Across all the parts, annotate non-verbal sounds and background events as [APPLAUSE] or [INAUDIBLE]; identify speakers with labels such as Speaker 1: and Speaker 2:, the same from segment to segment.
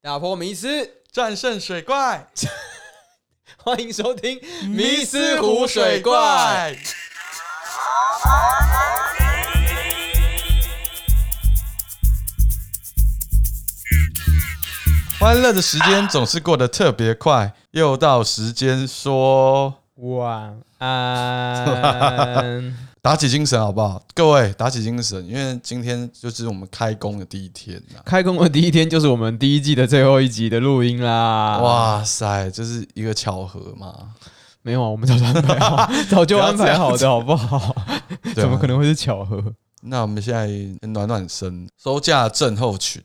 Speaker 1: 打破迷思，
Speaker 2: 战胜水怪，
Speaker 1: [LAUGHS] 欢迎收听《
Speaker 2: 迷
Speaker 1: 迷
Speaker 2: 失
Speaker 1: 思
Speaker 2: 湖
Speaker 1: 湖
Speaker 2: 水
Speaker 1: 水
Speaker 2: 怪
Speaker 1: 怪》。
Speaker 2: 欢乐的时间总是过得特别快，又到时间说
Speaker 1: 晚 [LAUGHS] 安。
Speaker 2: 打起精神好不好？各位打起精神，因为今天就是我们开工的第一天啊呐、
Speaker 1: 开工的第一天就是我们第一季的最后一集的录音啦。哇，
Speaker 2: 哇塞，这是一个巧合嘛？
Speaker 1: 没有啊，我们早就安排 [LAUGHS] 好，早就安排好的好不 [LAUGHS] 好？
Speaker 2: 对啊
Speaker 1: 怎么可能会是巧合？
Speaker 2: 那我们现在暖暖身，收假症候群，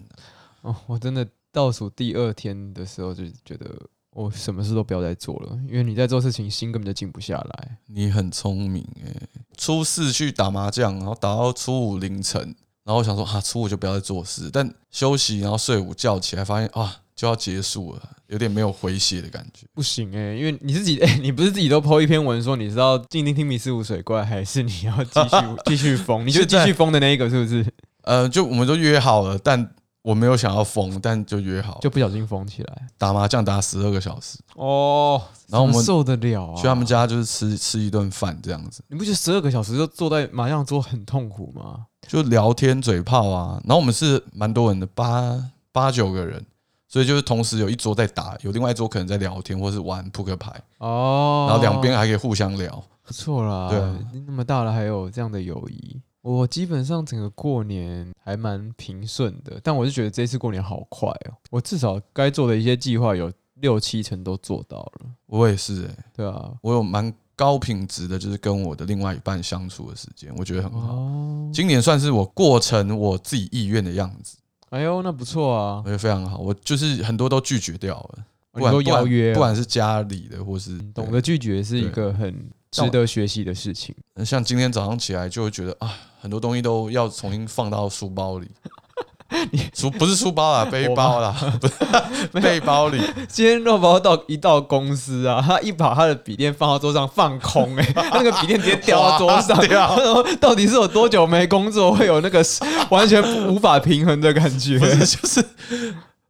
Speaker 1: 哦，我真的倒数第二天的时候就觉得。我什么事都不要再做了，因为你在做事情，心根本就静不下来。
Speaker 2: 你很聪明哎、初四去打麻将，然后打到初五凌晨，然后我想说啊，初五就不要再做事，但休息然后睡午觉起来，发现啊就要结束了，有点没有回血的感觉。
Speaker 1: 不行哎、因为你自己哎、 [LAUGHS] 你不是自己都 po 一篇文说你是要静听听米四五水怪，还是你要继 [LAUGHS] 续继续疯？你就
Speaker 2: 现
Speaker 1: 继
Speaker 2: 在
Speaker 1: 续疯的那一个是不是？
Speaker 2: 呃，就我们都约好了，但我没有想要疯，但就约好，
Speaker 1: [LAUGHS] 就
Speaker 2: 就
Speaker 1: 不小心疯起来
Speaker 2: 打麻将打十二个小时，
Speaker 1: 哦。
Speaker 2: 然后我们
Speaker 1: 怎么受得了啊？
Speaker 2: 去他们，家就是吃吃一顿饭这样子，
Speaker 1: 你不觉得十二个小时就坐在麻将桌很痛苦吗？
Speaker 2: 就聊天嘴炮啊。然后我们是蛮多人的，八八九个人，所以就是同时有一桌在打，有另外一桌可能在聊天或是玩扑克牌。
Speaker 1: 哦，
Speaker 2: 然后两边还可以互相聊。
Speaker 1: 不错啦，
Speaker 2: 对啊
Speaker 1: 那么大了还有这样的友谊。我基本上整个过年还蛮平顺的，但我是觉得这次过年好快哦，我至少该做的一些计划有六七成都做到了，
Speaker 2: 我也是、欸，
Speaker 1: 对啊，
Speaker 2: 我有蛮高品质的，就是跟我的另外一半相处的时间，我觉得很好。
Speaker 1: 哦，
Speaker 2: 今年算是我过成我自己意愿的样子，
Speaker 1: 哎呦，那不错啊
Speaker 2: 我，觉得非常好。我就是很多都拒绝掉了，
Speaker 1: 你
Speaker 2: 不然
Speaker 1: 说邀约啊嗯
Speaker 2: 不管不管是家里的或是
Speaker 1: 懂得拒绝是一
Speaker 2: 对
Speaker 1: 个很值
Speaker 2: 但我
Speaker 1: 得学习的事情。
Speaker 2: 对像今天早上起来就会觉得啊，很多东西都要重新放到书
Speaker 1: [LAUGHS]
Speaker 2: 包里。书不是书包啦，背包啦，
Speaker 1: [LAUGHS]
Speaker 2: 不是背包里。
Speaker 1: 今天肉包到一到公司啊，他一把他的笔电放到桌上放空、
Speaker 2: [LAUGHS]
Speaker 1: 欸，他那个笔电直接掉到桌上，然后
Speaker 2: 啊
Speaker 1: [LAUGHS] 到底是有多久没工作，会有那个 [LAUGHS] 完全不无法平衡的感觉？
Speaker 2: 不是，就是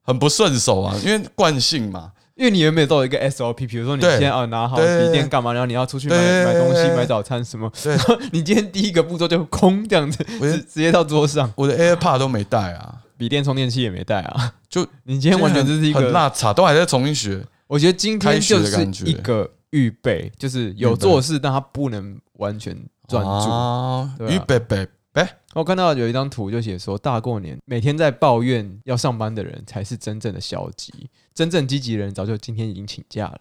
Speaker 2: 很不顺手啊，因为惯性嘛。
Speaker 1: 因为你原本都有一个 SOP，比如说你
Speaker 2: 对
Speaker 1: 先啊拿好
Speaker 2: 对对对
Speaker 1: 笔电干嘛，然后你要出去买
Speaker 2: 对对对
Speaker 1: 买东西、
Speaker 2: 对
Speaker 1: 买早餐什么，
Speaker 2: 对
Speaker 1: 然后 [LAUGHS] 你今天第一个步骤就空这样子，
Speaker 2: 我
Speaker 1: 直
Speaker 2: 是
Speaker 1: 直接到桌上，
Speaker 2: 我的 AirPod 都没带啊，
Speaker 1: 笔电充电器也没带啊。
Speaker 2: 就
Speaker 1: 你今天完全就是一
Speaker 2: 很
Speaker 1: 个，
Speaker 2: 辣茶，都还在重新学。
Speaker 1: 我觉得今天就
Speaker 2: 开学的
Speaker 1: 是
Speaker 2: 感觉
Speaker 1: 一个预备，就是有做事，但他不能完全专注。
Speaker 2: 注
Speaker 1: 对啊
Speaker 2: 预备备备，
Speaker 1: 我看到有一张图，就写说大过年每天在抱怨要上班的人才是真正的消极，真正积极的人早就今天已经请假了。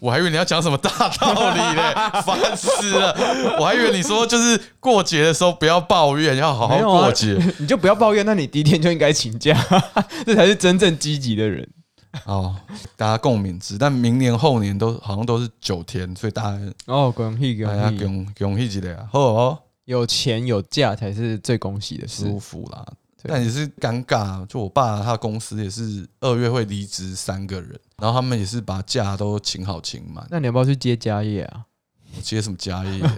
Speaker 2: 我还以为你要讲什么大道理
Speaker 1: [LAUGHS]
Speaker 2: 嘞，烦死了！我还以为你说就是过节的时候不要抱怨，要好好
Speaker 1: 没有啊
Speaker 2: 过节。
Speaker 1: [LAUGHS] 你就不要抱怨，那你第一天就应该请假， [LAUGHS] 这才是真正积极的人。
Speaker 2: 哦，大家共勉之。但明年后年都好像都是九天，所以大家
Speaker 1: 哦，恭喜
Speaker 2: 大家
Speaker 1: 恭喜！
Speaker 2: 恭恭喜几类啊，好哦，
Speaker 1: 有钱有假才是最恭喜的事
Speaker 2: 舒。服啦。
Speaker 1: 对
Speaker 2: 但也是尴尬，就我爸他公司也是二月会离职三个人，然后他们也是把假都请好请满。
Speaker 1: 那你要不要去接家业啊？
Speaker 2: 我接什么家业
Speaker 1: [LAUGHS]
Speaker 2: 啦？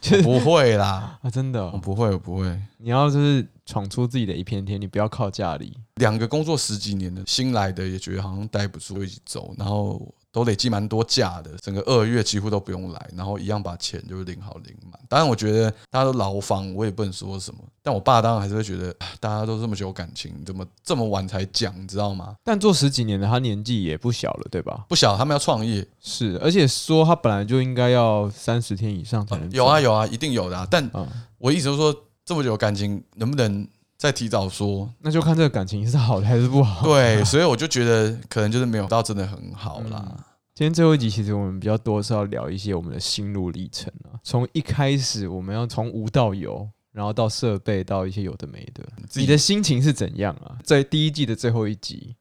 Speaker 1: 就
Speaker 2: 我不会啦，
Speaker 1: 啊，真的
Speaker 2: 我
Speaker 1: 哦、
Speaker 2: 不会，我不会。
Speaker 1: 你要就是闯出自己的一片天，你不要靠家里。
Speaker 2: 两个工作十几年的新来的也觉得好像待不住，一起走，然后都累积蛮多假的，整个二月几乎都不用来，然后一样把钱就是领好领满。当然，我觉得大家都劳方，我也不能说什么。但我爸当然还是会觉得，啊大家都这么久感情，怎么这么晚才讲，你知道吗？
Speaker 1: 但做十几年的，他年纪也不小了，对吧？
Speaker 2: 不小，他们要创业，
Speaker 1: 是，而且说他本来就应该要三十天以上才能、
Speaker 2: 有啊，有啊，一定有的、啊。但
Speaker 1: 啊、
Speaker 2: 我一直都说，这么久感情能不能再提早说？
Speaker 1: 那就看这个感情是好的还是不好。， [LAUGHS]
Speaker 2: 对，所以我就觉得可能就是没有到真的很好啦。
Speaker 1: 嗯今天最后一集，其实我们比较多是要聊一些我们的心路历程啊，从一开始我们要从无到有，然后到设备，到一些有的没的，
Speaker 2: 自己
Speaker 1: 你的心情是怎样啊？在第一季的最后一
Speaker 2: [LAUGHS]
Speaker 1: 集，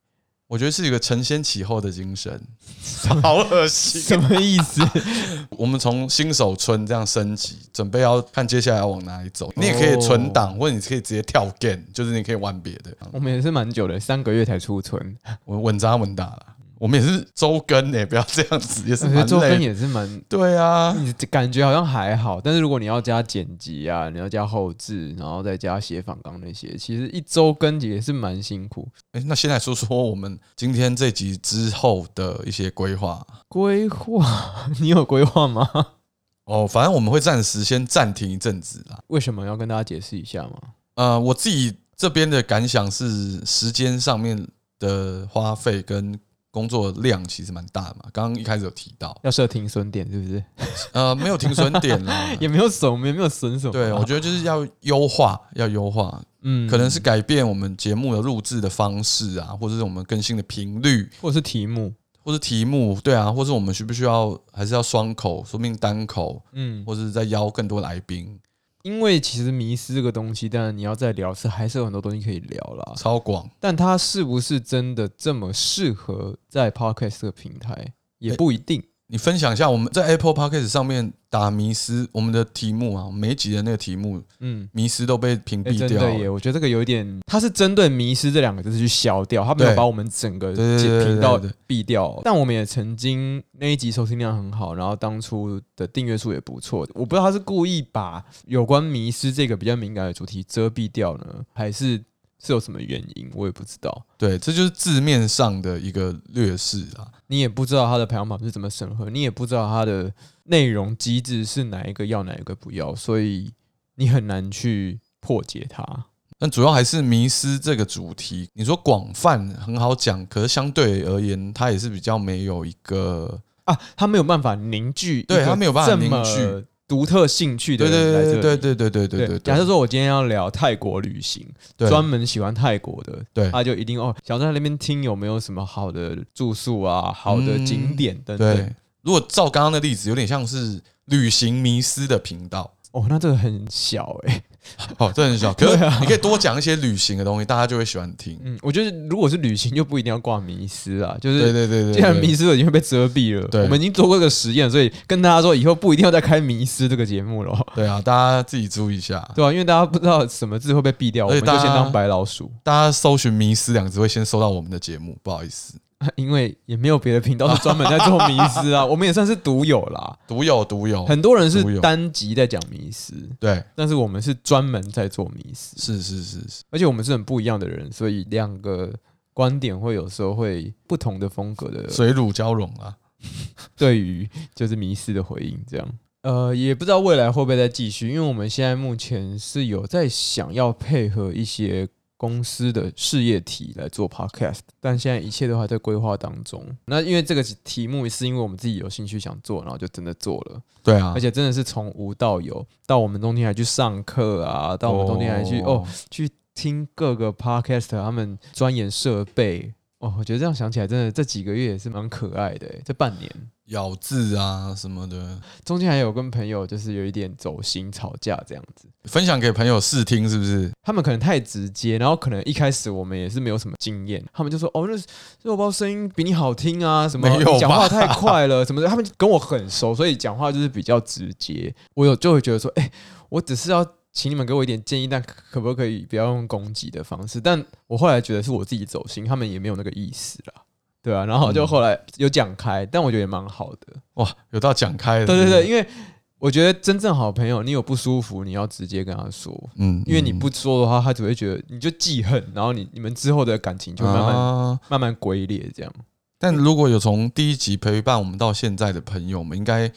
Speaker 2: 我觉得是一个承先启后的精神，好恶
Speaker 1: [LAUGHS]
Speaker 2: 心。
Speaker 1: 什么意思？
Speaker 2: 我们从新手村这样升级，准备要看接下来要往哪里走。你也可以存档，
Speaker 1: 哦
Speaker 2: 或者你可以直接跳 game，就是你可以玩别的。
Speaker 1: 我们也是蛮久的，三个月才出村，
Speaker 2: 我稳扎稳打啦，我们也是周更欸呢、不要这样子，也是
Speaker 1: 我觉得
Speaker 2: 蛮
Speaker 1: 周更
Speaker 2: 累。
Speaker 1: 也是蛮，
Speaker 2: 对啊，
Speaker 1: 你感觉好像还好，但是如果你要加剪辑啊，你要加后置，然后再加写访纲那些，其实一周更也是蛮辛苦。
Speaker 2: 哎、那先来说说我们今天这集之后的一些规划
Speaker 1: 规划， [LAUGHS] 你有规划吗？ [LAUGHS]
Speaker 2: 哦。反正我们会暂时先暂停一阵子啦。
Speaker 1: 为什么要跟大家解释一下吗？
Speaker 2: 呃，我自己这边的感想是，时间上面的花费跟工作量其实蛮大的嘛。刚刚一开始有提到，
Speaker 1: 要设停损点是不是？
Speaker 2: 呃，没有停损点啦
Speaker 1: [LAUGHS] 。也没有损，也没有损什么啊。
Speaker 2: 对，我觉得就是要优化，要优化，
Speaker 1: 嗯
Speaker 2: 可能是改变我们节目的录制的方式啊，或者是我们更新的频率，
Speaker 1: 或者是题目，
Speaker 2: 或是题目，对啊，或是我们需不需要还是要双口，说不定单口，
Speaker 1: 嗯，
Speaker 2: 或是再邀更多来宾，
Speaker 1: 因为其实迷失这个东西，当然你要再聊是还是有很多东西可以聊啦，
Speaker 2: 超广。
Speaker 1: 但它是不是真的这么适合在 podcast 这个平台也不一定。
Speaker 2: 你分享一下我们在 Apple Podcast 上面打迷失我们的题目啊，每一集的那个题目
Speaker 1: 嗯，
Speaker 2: 迷失都被屏
Speaker 1: 哎
Speaker 2: 蔽
Speaker 1: 真
Speaker 2: 掉
Speaker 1: 的耶，
Speaker 2: 了。
Speaker 1: 我觉得这个有点，它是针对“迷失”这两个字去消掉，它没有
Speaker 2: 对
Speaker 1: 把我们整个
Speaker 2: 对对对对
Speaker 1: 频道
Speaker 2: 对对
Speaker 1: 避掉。哦但我们也曾经那一集收听量很好，然后当初的订阅数也不错。我不知道他是故意把有关迷失这个比较敏感的主题遮蔽掉呢，还是是有什么原因，我也不知道。
Speaker 2: 对，这就是字面上的一个劣势啊。
Speaker 1: 你也不知道它的排行榜是怎么审核，你也不知道它的内容机制是哪一个要哪一个不要，所以你很难去破解它。
Speaker 2: 但主要还是迷失这个主题，你说广泛很好讲，可是相对而言，它也是比较没有一个
Speaker 1: 啊，他没有办法凝聚，
Speaker 2: 对它没有办法凝聚
Speaker 1: 独特兴趣的
Speaker 2: 对
Speaker 1: 人来这里。
Speaker 2: 对对对对对对
Speaker 1: 对
Speaker 2: 对对。
Speaker 1: 假设说我今天要聊泰国旅行，
Speaker 2: 对
Speaker 1: 专门喜欢泰国的，
Speaker 2: 对
Speaker 1: 他就一定哦，想在那边听有没有什么好的住宿啊、好的
Speaker 2: 嗯
Speaker 1: 景点等等。
Speaker 2: 对，如果照刚刚的例子，有点像是旅行迷失的频道。
Speaker 1: 哦，那这个很小哎、
Speaker 2: 哦，这很小，可
Speaker 1: 对啊
Speaker 2: 是你可以多讲一些旅行的东西，大家就会喜欢听。
Speaker 1: 嗯，我觉得如果是旅行，就不一定要挂迷失啊，就
Speaker 2: 对
Speaker 1: 是。
Speaker 2: 对对对，
Speaker 1: 既然
Speaker 2: 对
Speaker 1: 迷失了，已经会被遮蔽了。
Speaker 2: 对
Speaker 1: 我们已经做过一个实验，所以跟大家说，以后不一定要再开迷失这个节目了，
Speaker 2: 对啊，大家自己注意一下。
Speaker 1: 对吧、因为大家不知道什么字会被毙掉，我
Speaker 2: 而且
Speaker 1: 们就先
Speaker 2: 大家
Speaker 1: 当白老鼠。
Speaker 2: 大家搜寻“迷失”两个字会先搜到我们的节目，不好意思，
Speaker 1: 因为也没有别的频道是专门在做迷失啊，我们也算是独有啦。
Speaker 2: 独有独有。
Speaker 1: 很多人
Speaker 2: 哦独
Speaker 1: 是
Speaker 2: 有
Speaker 1: 单集在讲迷失，
Speaker 2: 对，
Speaker 1: 但是我们是专门在做迷失，
Speaker 2: 是是是是，
Speaker 1: 而且我们是很不一样的人，所以两个观点会有时候会不同的风格的
Speaker 2: 呃水乳交融啊。
Speaker 1: [LAUGHS] 对于就是迷失的回应，这样。呃，也不知道未来会不会再继续，因为我们现在目前是有在想要配合一些公司的事业体来做 podcast，但现在一切都还在规划当中。那因为这个题目是因为我们自己有兴趣想做，然后就真的做了，
Speaker 2: 对啊，
Speaker 1: 而且真的是从无到有，到我们冬天还去上课啊，到我们冬天还去哦，去听各个 podcast 他们钻研设备。哦，我觉得这样想起来，真的这几个月也是蛮可爱的欸，这半年。
Speaker 2: 咬字啊什么的，
Speaker 1: 中间还有跟朋友就是有一点走心吵架这样子，
Speaker 2: 分享给朋友试听是不是？
Speaker 1: 他们可能太直接，然后可能一开始我们也是没有什么经验，他们就说哦，那肉包声音比你好听啊，什么 [LAUGHS]
Speaker 2: 没有吧
Speaker 1: 你讲话太快了什么的，他们跟我很熟，所以讲话就是比较直接，我有就会觉得说，哎、我只是要。请你们给我一点建议，但可不可以不要用攻击的方式？但我后来觉得是我自己走心，他们也没有那个意思啦，对啊。然后就
Speaker 2: 嗯
Speaker 1: 后来有讲开，但我觉得也蛮好的。
Speaker 2: 哇，有到讲开了。
Speaker 1: 对对
Speaker 2: 是不
Speaker 1: 对，
Speaker 2: 是，
Speaker 1: 因为我觉得真正好朋友，你有不舒服，你要直接跟他说，
Speaker 2: 嗯
Speaker 1: 因为你不说的话，他只会觉得你就记恨，然后你你们之后的感情就
Speaker 2: 就
Speaker 1: 慢慢、
Speaker 2: 啊。
Speaker 1: 慢慢龟裂这样。
Speaker 2: 但如果有从第一集陪伴我们到现在的朋友们，应该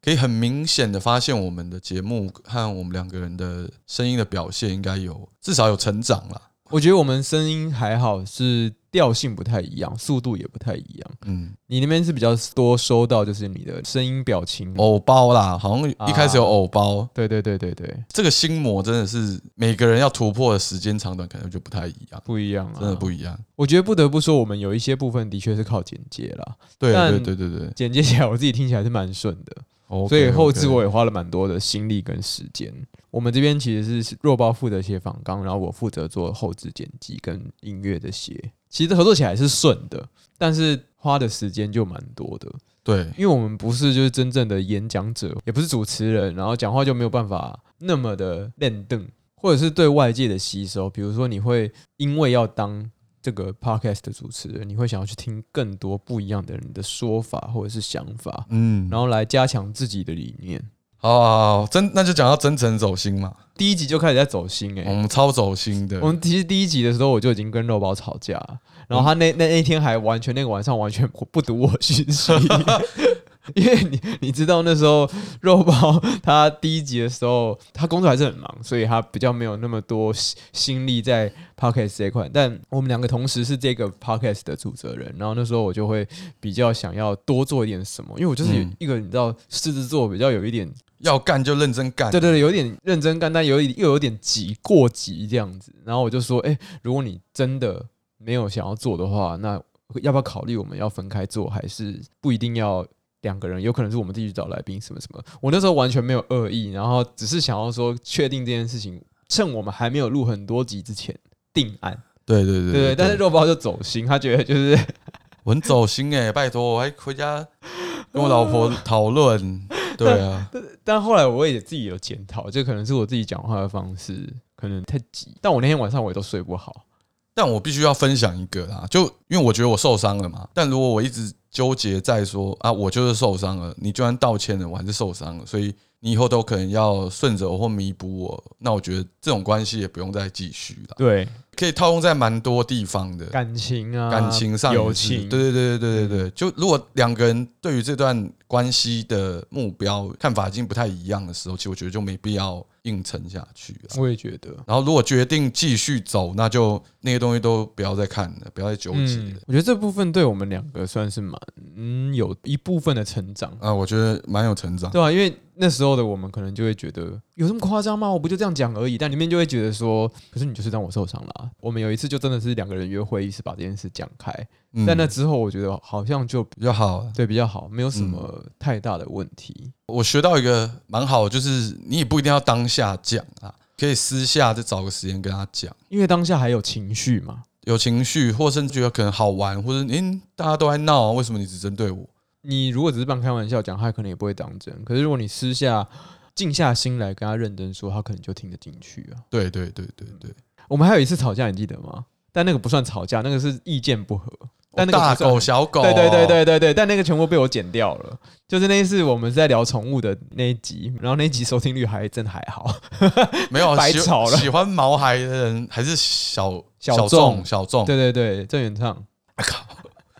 Speaker 2: 可以很明显的发现我们的节目和我们两个人的声音的表现，应该有至少有成长啦。
Speaker 1: 我觉得我们声音还好，是调性不太一样，速度也不太一样。
Speaker 2: 嗯，
Speaker 1: 你那边是比较多收到，就是你的声音表情。
Speaker 2: 偶包啦，好像一开始有偶包，
Speaker 1: 对对对对对，
Speaker 2: 这个心魔真的是每个人要突破的时间长短可能就不太一样，
Speaker 1: 不一样啊，
Speaker 2: 真的不。一样。
Speaker 1: 我觉得不得不说，我们有一些部分的确是靠剪接啦，
Speaker 2: 对
Speaker 1: 但
Speaker 2: 对对对对
Speaker 1: 剪接起来我自己听起来是蛮顺的。
Speaker 2: ，OK，OK，
Speaker 1: 所以后置我也花了蛮多的心力跟时间。我们这边其实是肉包负责写访纲，然后我负责做后置剪辑跟音乐的写。其实合作起来是顺的，但是花的时间就蛮多的，
Speaker 2: 对
Speaker 1: 因为我们不是就是真正的演讲者，也不是主持人，然后讲话就没有办法那么的练凳，或者是对外界的吸收。比如说，你会因为要当这个 podcast 的主持人，你会想要去听更多不一样的人的说法或者是想法，
Speaker 2: 嗯，
Speaker 1: 然后来加强自己的理念。
Speaker 2: 好好好，真那就讲到真诚走心嘛，
Speaker 1: 第一集就开始在走心哎、
Speaker 2: 我们超走心的
Speaker 1: 我，们其实第一集的时候我就已经跟肉包吵架了，然后他那那那天还完全那个晚上完全不不读我讯息， [LAUGHS] 因为你你知道那时候肉包他第一集的时候他工作还是很忙，所以他比较没有那么多心心力在 podcast 这一块。但我们两个同时是这个 podcast 的主责人，然后那时候我就会比较想要多做一点什么，因为我就是有
Speaker 2: 嗯
Speaker 1: 一个你知道狮子座比较有一点
Speaker 2: 要干就认真干，
Speaker 1: 对对对，有点认真干，但有一点又有点急过急这样子。然后我就说，哎、如果你真的没有想要做的话，那呃要不要考虑我们要分开做，还是不一定要两个人？有可能是我们自己去找来宾什么什么。我那时候完全没有恶意，然后只是想要说，确定这件事情，趁我们还没有录很多集之前定案。
Speaker 2: 对对对
Speaker 1: 对对，但是肉包就走心，他觉得就是
Speaker 2: 我很走心哎、拜托，我还回家跟我老婆
Speaker 1: [LAUGHS]
Speaker 2: 讨论，对啊，
Speaker 1: 但后来我也自己有检讨，这可能是我自己讲话的方式可能太急。但我那天晚上我也都睡不好。
Speaker 2: 但我必须要分享一个啦，就因为我觉得我受伤了嘛，但如果我一直纠结在说啊，我就是受伤了，你就算道歉了，我还是受伤了，所以你以后都可能要顺着我或弥补我，那我觉得这种关系也不用再继续了，
Speaker 1: 对，
Speaker 2: 可以套用在蛮多地方的，
Speaker 1: 感情啊，
Speaker 2: 感情上也是
Speaker 1: 友情，嗯
Speaker 2: 对对对对对对对。就如果两个人对于这段关系的目标看法已经不太一样的时候，其实我觉得就没必要硬撑下去了。
Speaker 1: 我也觉得，
Speaker 2: 然后如果决定继续走，那就那些东西都不要再看了，不要再纠结了。
Speaker 1: 嗯，我觉得这部分对我们两个算是蛮嗯有一部分的成长，
Speaker 2: 啊，我觉得蛮有成长。
Speaker 1: 对吧、啊因为那时候的我们可能就会觉得有这么夸张吗？我不就这样讲而已，但里面就会觉得说，可是你就是让我受伤了啊、我们有一次就真的是两个人约会，一起把这件事讲开，
Speaker 2: 嗯
Speaker 1: 但那之后我觉得好像就
Speaker 2: 比较好。
Speaker 1: 对比较好，没有什么
Speaker 2: 嗯
Speaker 1: 太大的问题。
Speaker 2: 我学到一个蛮好的，就是你也不一定要当下讲啊，可以私下再找个时间跟他讲。啊
Speaker 1: 因为当下还有情绪嘛，
Speaker 2: 有情绪，或甚至觉得可能好玩，或者嗯、大家都在闹、啊，为什么你只针对我？
Speaker 1: 你如果只是半开玩笑讲，他可能也不会当真。可是如果你私下静下心来跟他认真说，他可能就听得进去啊。
Speaker 2: 对对对对对。
Speaker 1: 我们还有一次吵架，你记得吗？但那个不算吵架，那个是意见不合。 [LAUGHS] 但那个
Speaker 2: 哦大
Speaker 1: 不算
Speaker 2: 狗小啊哦狗，
Speaker 1: 对对对对对对，但那个全部被我剪掉了。就是那一次我们是在聊宠物的那一集，然后那一集收听率还真还好。
Speaker 2: 对，没有啊
Speaker 1: 白
Speaker 2: 喜
Speaker 1: 吵了
Speaker 2: 喜欢毛孩的人还是小
Speaker 1: 小众
Speaker 2: 众小众。
Speaker 1: 对对对，郑元畅，
Speaker 2: 哦啊靠，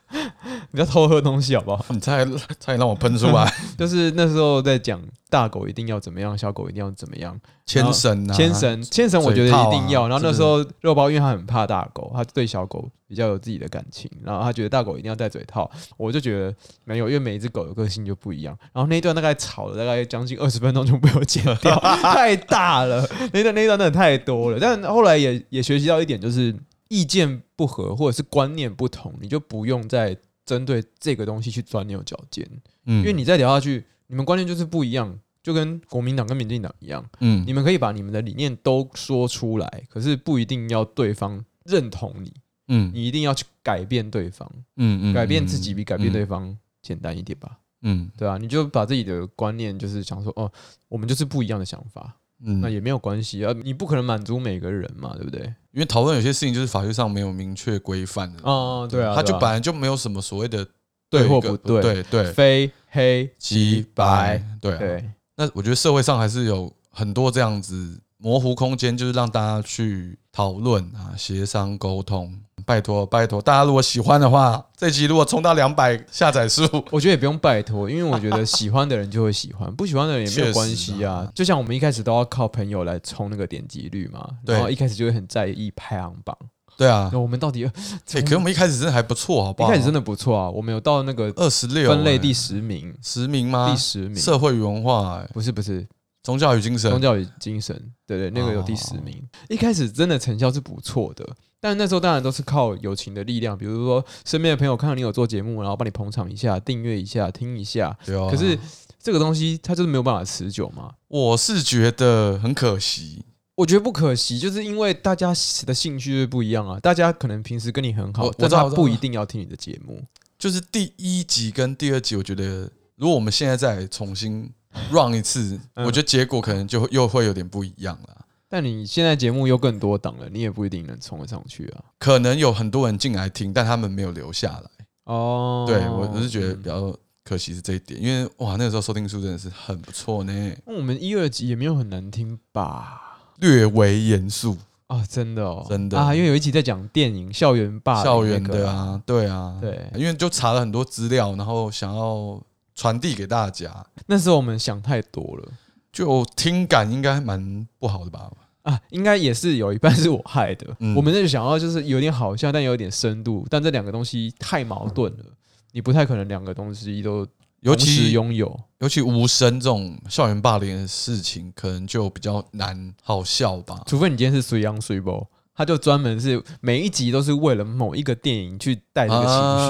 Speaker 1: [LAUGHS] 你不要偷喝东西好不好？
Speaker 2: 你差点差点让我喷出来，
Speaker 1: [LAUGHS] 就是那时候在讲大狗一定要怎么样，小狗一定要怎么样。
Speaker 2: 牵绳啊，
Speaker 1: 牵，绳，牵绳我觉得
Speaker 2: 嘴
Speaker 1: 一
Speaker 2: 套啊
Speaker 1: 定要。然后那
Speaker 2: 是
Speaker 1: 时候肉包因为他很怕大狗，他对小狗比较有自己的感情，然后他觉得大狗一定要戴嘴套，我就觉得没有，因为每一只狗的个性就不一样。然后那一段大概吵了大概将近二十分钟就被我剪掉， [LAUGHS] 太大了，那一段那一段真的太多了。但后来也也学习到一点，就是意见不合或者是观念不同，你就不用再针对这个东西去钻牛角尖，
Speaker 2: 嗯
Speaker 1: 因为你再聊下去，你们观念就是不一样。就跟国民党跟民进党一样，
Speaker 2: 嗯
Speaker 1: 你们可以把你们的理念都说出来，可是不一定要对方认同你，
Speaker 2: 嗯
Speaker 1: 你一定要去改变对方，
Speaker 2: 嗯嗯，
Speaker 1: 改变自己
Speaker 2: 嗯
Speaker 1: 比改变对，方简单一点吧，
Speaker 2: 嗯
Speaker 1: 对啊，你就把自己的观念就是想说，哦，我们就是不一样的想法，
Speaker 2: 嗯，
Speaker 1: 那
Speaker 2: 嗯
Speaker 1: 也没有关系啊，你不可能满足每个人嘛，对不对？
Speaker 2: 因为讨论有些事情就是法律上没有明确规范的，
Speaker 1: 哦，对啊，
Speaker 2: 嗯他就
Speaker 1: 对啊
Speaker 2: 本来就没有什么所谓的
Speaker 1: 对或
Speaker 2: 跟
Speaker 1: 不对
Speaker 2: 对对，
Speaker 1: 非黑
Speaker 2: 鸡白，对啊。
Speaker 1: 对，
Speaker 2: 那我觉得社会上还是有很多这样子模糊空间，就是让大家去讨论啊、协商、沟通。拜托，拜托，大家如果喜欢的话，这集如果冲到两百下载数，
Speaker 1: 我觉得也不用拜托，因为我觉得喜欢的人就会喜欢，不喜欢的人也没有关系
Speaker 2: 确实
Speaker 1: 啊
Speaker 2: 啊。
Speaker 1: 就像我们一开始都要靠朋友来冲那个点击率嘛，
Speaker 2: 对
Speaker 1: 然后一开始就会很在意排行榜。
Speaker 2: 对啊
Speaker 1: 那，我们到底
Speaker 2: 哎、可是我们一开始真的还不错，好不
Speaker 1: 一
Speaker 2: 好？
Speaker 1: 开始真
Speaker 2: 的
Speaker 1: 的不错啊，我们有到那个
Speaker 2: 二十六哎
Speaker 1: 分类第十名，
Speaker 2: 十名吗
Speaker 1: 第？十名
Speaker 2: 哦哎社会与文化、哎
Speaker 1: 不是不是
Speaker 2: 宗教与精神，
Speaker 1: 宗教与精神，对对，
Speaker 2: 哦
Speaker 1: 那个有第十名。一开始真的成效是不错的，但那时候当然都是靠友情的力量，比如说身边的朋友看到你有做节目，然后帮你捧场一下、订阅一下、听一下，
Speaker 2: 对啊
Speaker 1: 可是。这个东西它就是没有办法持久嘛，
Speaker 2: 我是觉得很可惜，
Speaker 1: 我觉得不可惜，就是因为大家的兴趣就是不一样啊。大家可能平时跟你很好
Speaker 2: 我，
Speaker 1: 但
Speaker 2: 我知道
Speaker 1: 他
Speaker 2: 我知道
Speaker 1: 不一定要听你的节目。
Speaker 2: 就是第一集跟第二集，我觉得如果我们现在再重新 run 一次，
Speaker 1: 嗯
Speaker 2: 我觉得结果可能就会又会有点不一样了。
Speaker 1: 但你现在节目又更多档了，你也不一定能冲得上去啊。
Speaker 2: 可能有很多人进来听，但他们没有留下来。
Speaker 1: 哦，
Speaker 2: 对我我是觉得比
Speaker 1: 嗯
Speaker 2: 较可惜是这一点，因为哇，那个时候收听数真的是很不错呢，
Speaker 1: 那我们一二集也没有很难听吧？
Speaker 2: 略微严肃，
Speaker 1: 啊，真的哦，
Speaker 2: 真的
Speaker 1: 啊，因为有一集在讲电影《校园霸凌
Speaker 2: 校园
Speaker 1: 那个
Speaker 2: 的，啊，对啊，
Speaker 1: 对
Speaker 2: 因为就查了很多资料，然后想要传递给大家，
Speaker 1: 那时候我们想太多了
Speaker 2: 就听感应该蛮不好的吧？
Speaker 1: 啊，应该也是有一半是我害的。
Speaker 2: 嗯
Speaker 1: 我们那想要就是有点好笑，但有点深度，但这两个东西太矛盾了，你不太可能两个东西都
Speaker 2: 尤
Speaker 1: 同时
Speaker 2: 其
Speaker 1: 拥有。
Speaker 2: 尤其无声这种校园霸凌的事情，可能就比较难好笑吧。
Speaker 1: 除非你今天是随阳随波，他就专门是每一集都是为了某一个电影去带这个情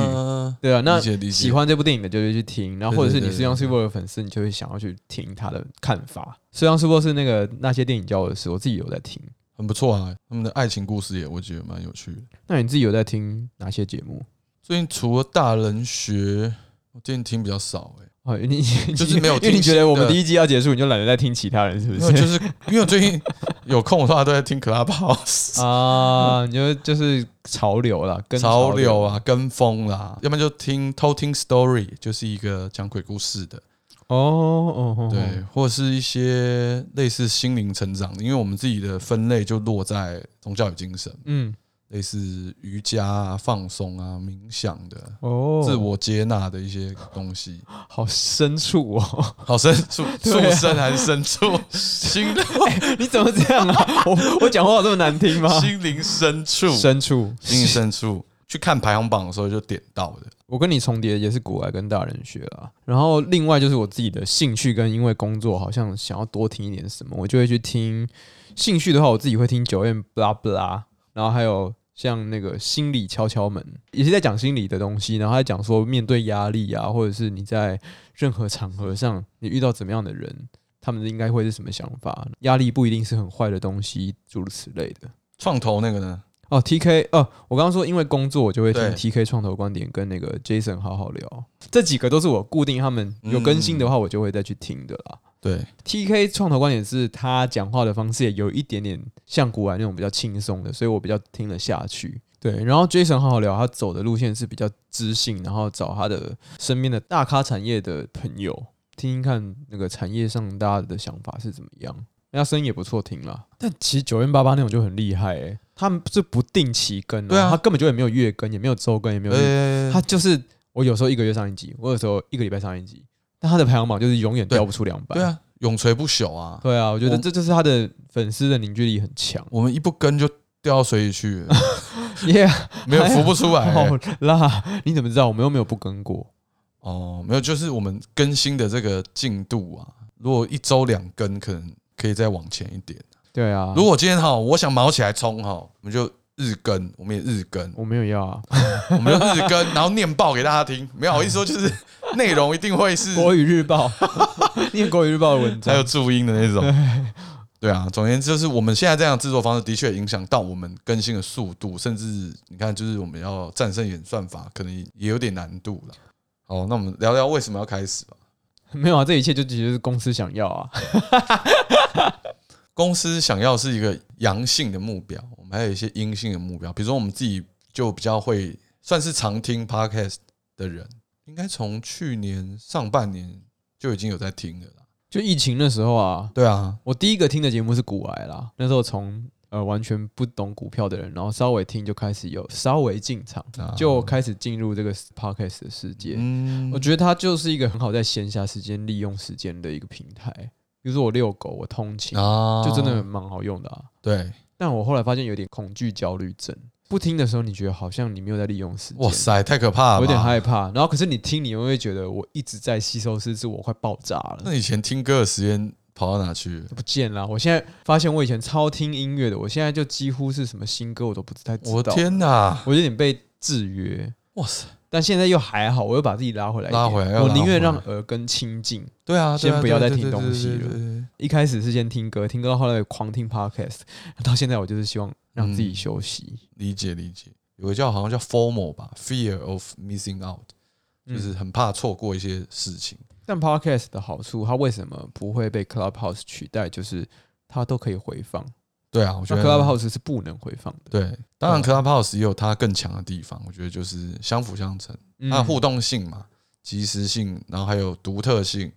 Speaker 1: 绪，
Speaker 2: 啊
Speaker 1: 对啊，那
Speaker 2: 理解理解
Speaker 1: 喜欢这部电影的就会去听，然后
Speaker 2: 对
Speaker 1: 或者是
Speaker 2: 对
Speaker 1: 你
Speaker 2: 对
Speaker 1: 是 Young
Speaker 2: 对
Speaker 1: Super 的粉丝，你就会想要去听他的看法。虽然 Super 是那个那些电影教我的事，我自己有在听。
Speaker 2: 很不错啊，他们的爱情故事也我觉得蛮有趣的。
Speaker 1: 那你自己有在听哪些节目？
Speaker 2: 最近除了大人学，我最近听比较少哎、
Speaker 1: 哦，你你
Speaker 2: 就是没有
Speaker 1: [LAUGHS] 因为你
Speaker 2: 听
Speaker 1: 觉得我们
Speaker 2: 新的
Speaker 1: 第一季要结束，你就懒得再听其他人，是不？
Speaker 2: 因为就是是因为我
Speaker 1: [LAUGHS]
Speaker 2: 最近有空的话都在听 Clubhouse
Speaker 1: 啊，你就就是潮流啦，跟
Speaker 2: 潮流
Speaker 1: 流
Speaker 2: 啊，跟风啦，要不然就听偷听 Story，就是一个讲鬼故事的，
Speaker 1: 哦哦哦，哦
Speaker 2: 对，或者是一些类似心灵成长的，因为我们自己的分类就落在宗教与精神，
Speaker 1: 嗯，
Speaker 2: 类似瑜伽啊、放松啊、冥想的。
Speaker 1: 哦，
Speaker 2: 自我接纳的一些东西，
Speaker 1: 好深处 [LAUGHS] 哦。
Speaker 2: 好深处，
Speaker 1: 对
Speaker 2: 畜
Speaker 1: 啊
Speaker 2: 生还是深处，
Speaker 1: [LAUGHS]
Speaker 2: 心
Speaker 1: 哎你怎么这样啊？我我讲话有这么难听吗？ [LAUGHS]
Speaker 2: 心灵深处，
Speaker 1: 深处，
Speaker 2: 心灵深处。去看排行榜的时候就点到的，
Speaker 1: 我跟你重叠也是古来跟大人学啦。然后另外就是我自己的兴趣跟因为工作好像想要多听一点什么，我就会去听。兴趣的话，我自己会听九院 blah blah，然后还有像那个心理敲敲门，也是在讲心理的东西，然后还讲说面对压力啊，或者是你在任何场合上你遇到怎么样的人。他们应该会是什么想法？压力不一定是很坏的东西，诸如此类的。
Speaker 2: 创投那个呢？
Speaker 1: 哦，T K 哦，我刚刚说因为工作，我就会听
Speaker 2: 对
Speaker 1: T K 创投观点跟那个 Jason 好好聊，这几个都是我固定他们有更新的话，我就会再去听的啦。
Speaker 2: 对，
Speaker 1: T K 创投观点是他讲话的方式也有一点点像古玩那种比较轻松的，所以我比较听得下去。对，然后 Jason 好好聊，他走的路线是比较知性，然后找他的身边的大咖产业的朋友听听看那个产业上大家的想法是怎么样。那他声音也不错听啦，但其实九零八八那种就很厉害诶、他们是不定期更、哦，
Speaker 2: 对啊
Speaker 1: 他根本就也没有月更，也没有周更，也没有日
Speaker 2: 呃
Speaker 1: 他就是我有时候一个月上一集，我有时候一个礼拜上一集，但他的排行榜就是永远
Speaker 2: 对
Speaker 1: 掉不出两百。
Speaker 2: 对啊，永垂不朽啊！
Speaker 1: 对啊，我觉
Speaker 2: 我
Speaker 1: 得
Speaker 2: 们
Speaker 1: 这就是他的粉丝的凝聚力很 [LAUGHS] 强，
Speaker 2: 我们一不跟就掉到水里去了，
Speaker 1: 耶、[LAUGHS]
Speaker 2: 没有浮不出来欸、
Speaker 1: 哎好啦！ [LAUGHS] 你怎么知道我们又没有不跟过？
Speaker 2: 哦，没有，就是我们更新的这个进度啊，如果一周两更，可能可以再往前一点。
Speaker 1: 对啊，
Speaker 2: 如果今天哈，我想毛起来冲哈，我们就日更，我们也日更，
Speaker 1: 我没有要啊，
Speaker 2: 我们就日更，然后念报给大家听。没有我意思说，就是 [LAUGHS] 内容一定会
Speaker 1: [LAUGHS]
Speaker 2: 是
Speaker 1: 国语日报 [LAUGHS] 念国语日报的文
Speaker 2: 才有
Speaker 1: 章，
Speaker 2: 注音的那种。对啊，总而言之，就是我们现在这样的制作方式的确影响到我们更新的速度，甚至你看，就是我们要战胜演算法，可能也有点难度了。好，那我们聊聊为什么要开始吧。
Speaker 1: 没有啊，这一切就只是公司想要啊。
Speaker 2: 公司想要是一个阳性的目标，我们还有一些阴性的目标，比如说我们自己就比较会算是常听 podcast 的人，应该从去年上半年就已经有在听了啦。
Speaker 1: 就疫情那时候啊，
Speaker 2: 对啊，
Speaker 1: 我第一个听的节目是股癌啦，那时候从呃完全不懂股票的人，然后稍微听就开始有稍微进场，
Speaker 2: 啊
Speaker 1: 就开始进入这个 podcast 的世界。
Speaker 2: 嗯
Speaker 1: 我觉得它就是一个很好在闲暇时间利用时间的一个平台。比如说我遛狗，我通勤，
Speaker 2: 啊
Speaker 1: 就真的蛮好用的啊。
Speaker 2: 对，
Speaker 1: 但我后来发现有点恐惧焦虑症，不听的时候你觉得好像你没有在利用时间，
Speaker 2: 哇塞，太可怕了吧，
Speaker 1: 我有点害怕。然后可是你听，你又会觉得我一直在吸收知识，我快爆炸了，
Speaker 2: 那以前听歌的时间跑到哪去了？
Speaker 1: 不见了。我现在发现我以前超听音乐的，我现在就几乎是什么新歌我都不太知道。
Speaker 2: 我天哪！
Speaker 1: 我有点被制约，
Speaker 2: 哇塞，
Speaker 1: 但现在又还好，我又把自己拉回来一点，
Speaker 2: 拉回来要
Speaker 1: 我
Speaker 2: 拉
Speaker 1: 宁愿
Speaker 2: 回来
Speaker 1: 让耳根清净。
Speaker 2: 对啊，对啊
Speaker 1: 先不要再
Speaker 2: 对
Speaker 1: 听
Speaker 2: 对对
Speaker 1: 东西了
Speaker 2: 对对对
Speaker 1: 一开始是先听歌，听歌到后来狂听 podcast，到 [LAUGHS] 现在我就是希望让
Speaker 2: 嗯
Speaker 1: 自己休息，
Speaker 2: 理解理解。有个叫好像叫 FOMO 吧，Fear of Missing Out，
Speaker 1: 嗯
Speaker 2: 就是很怕错过一些事情。
Speaker 1: 但 podcast 的好处，它为什么不会被 Clubhouse 取代？就是它都可以回放，
Speaker 2: 对啊，我觉
Speaker 1: 那
Speaker 2: 得
Speaker 1: Clubhouse 是不能回放的。
Speaker 2: 对，当然
Speaker 1: 对啊
Speaker 2: Clubhouse 也有它更强的地方，我觉得就是相辅相成，它的
Speaker 1: 嗯
Speaker 2: 啊互动性嘛、及时性，然后还有独特性。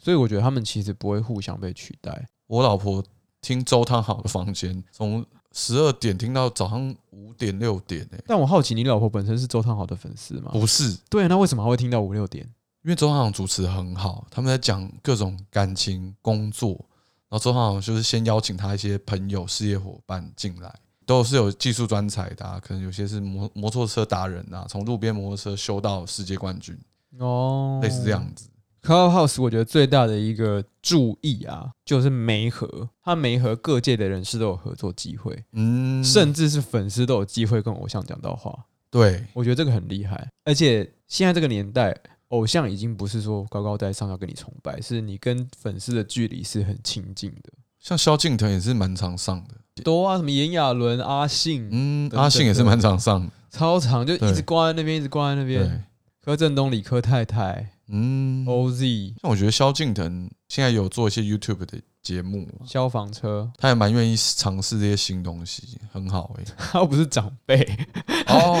Speaker 1: 所以我觉得他们其实不会互相被取代。
Speaker 2: 我老婆听周汤好的房间，从十二点听到早上五点六点诶、
Speaker 1: 但我好奇，你老婆本身是周汤豪的粉丝吗？
Speaker 2: 不是。
Speaker 1: 对，啊那为什么还会听到五六点？
Speaker 2: 因为周汤豪主持得很好，他们在讲各种感情、工作，然后周汤豪就是先邀请他一些朋友、事业伙伴进来，都是有技术专才的、啊，可能有些是摩摩托车达人啊，从路边摩托车修到世界冠军，
Speaker 1: 哦
Speaker 2: 类似这。样子。
Speaker 1: Clubhouse 我觉得最大的一个注意啊，就是媒合，它媒合各界的人士都有合作机会，
Speaker 2: 嗯，
Speaker 1: 甚至是粉丝都有机会跟偶像讲到话。
Speaker 2: 对
Speaker 1: 我觉得这个很厉害，而且现在这个年代，偶像已经不是说高高在上要跟你崇拜，是你跟粉丝的距离是很亲近的。
Speaker 2: 像萧敬腾也是蛮常上的，
Speaker 1: 多啊，什么炎亚纶、阿信，
Speaker 2: 嗯，
Speaker 1: 等
Speaker 2: 阿信也是蛮常上的，
Speaker 1: 超长，就
Speaker 2: 对
Speaker 1: 一直挂在那边，一直挂在那
Speaker 2: 对
Speaker 1: 边。，柯震东、理科太太、
Speaker 2: 嗯，
Speaker 1: OZ、
Speaker 2: 像我觉得萧敬腾现在有做一些 YouTube 的节目嘛，
Speaker 1: 消防车， [LAUGHS]
Speaker 2: 他也蛮愿意尝试这些新东西，很好哎、
Speaker 1: 他又不是长辈，
Speaker 2: [LAUGHS] 哦，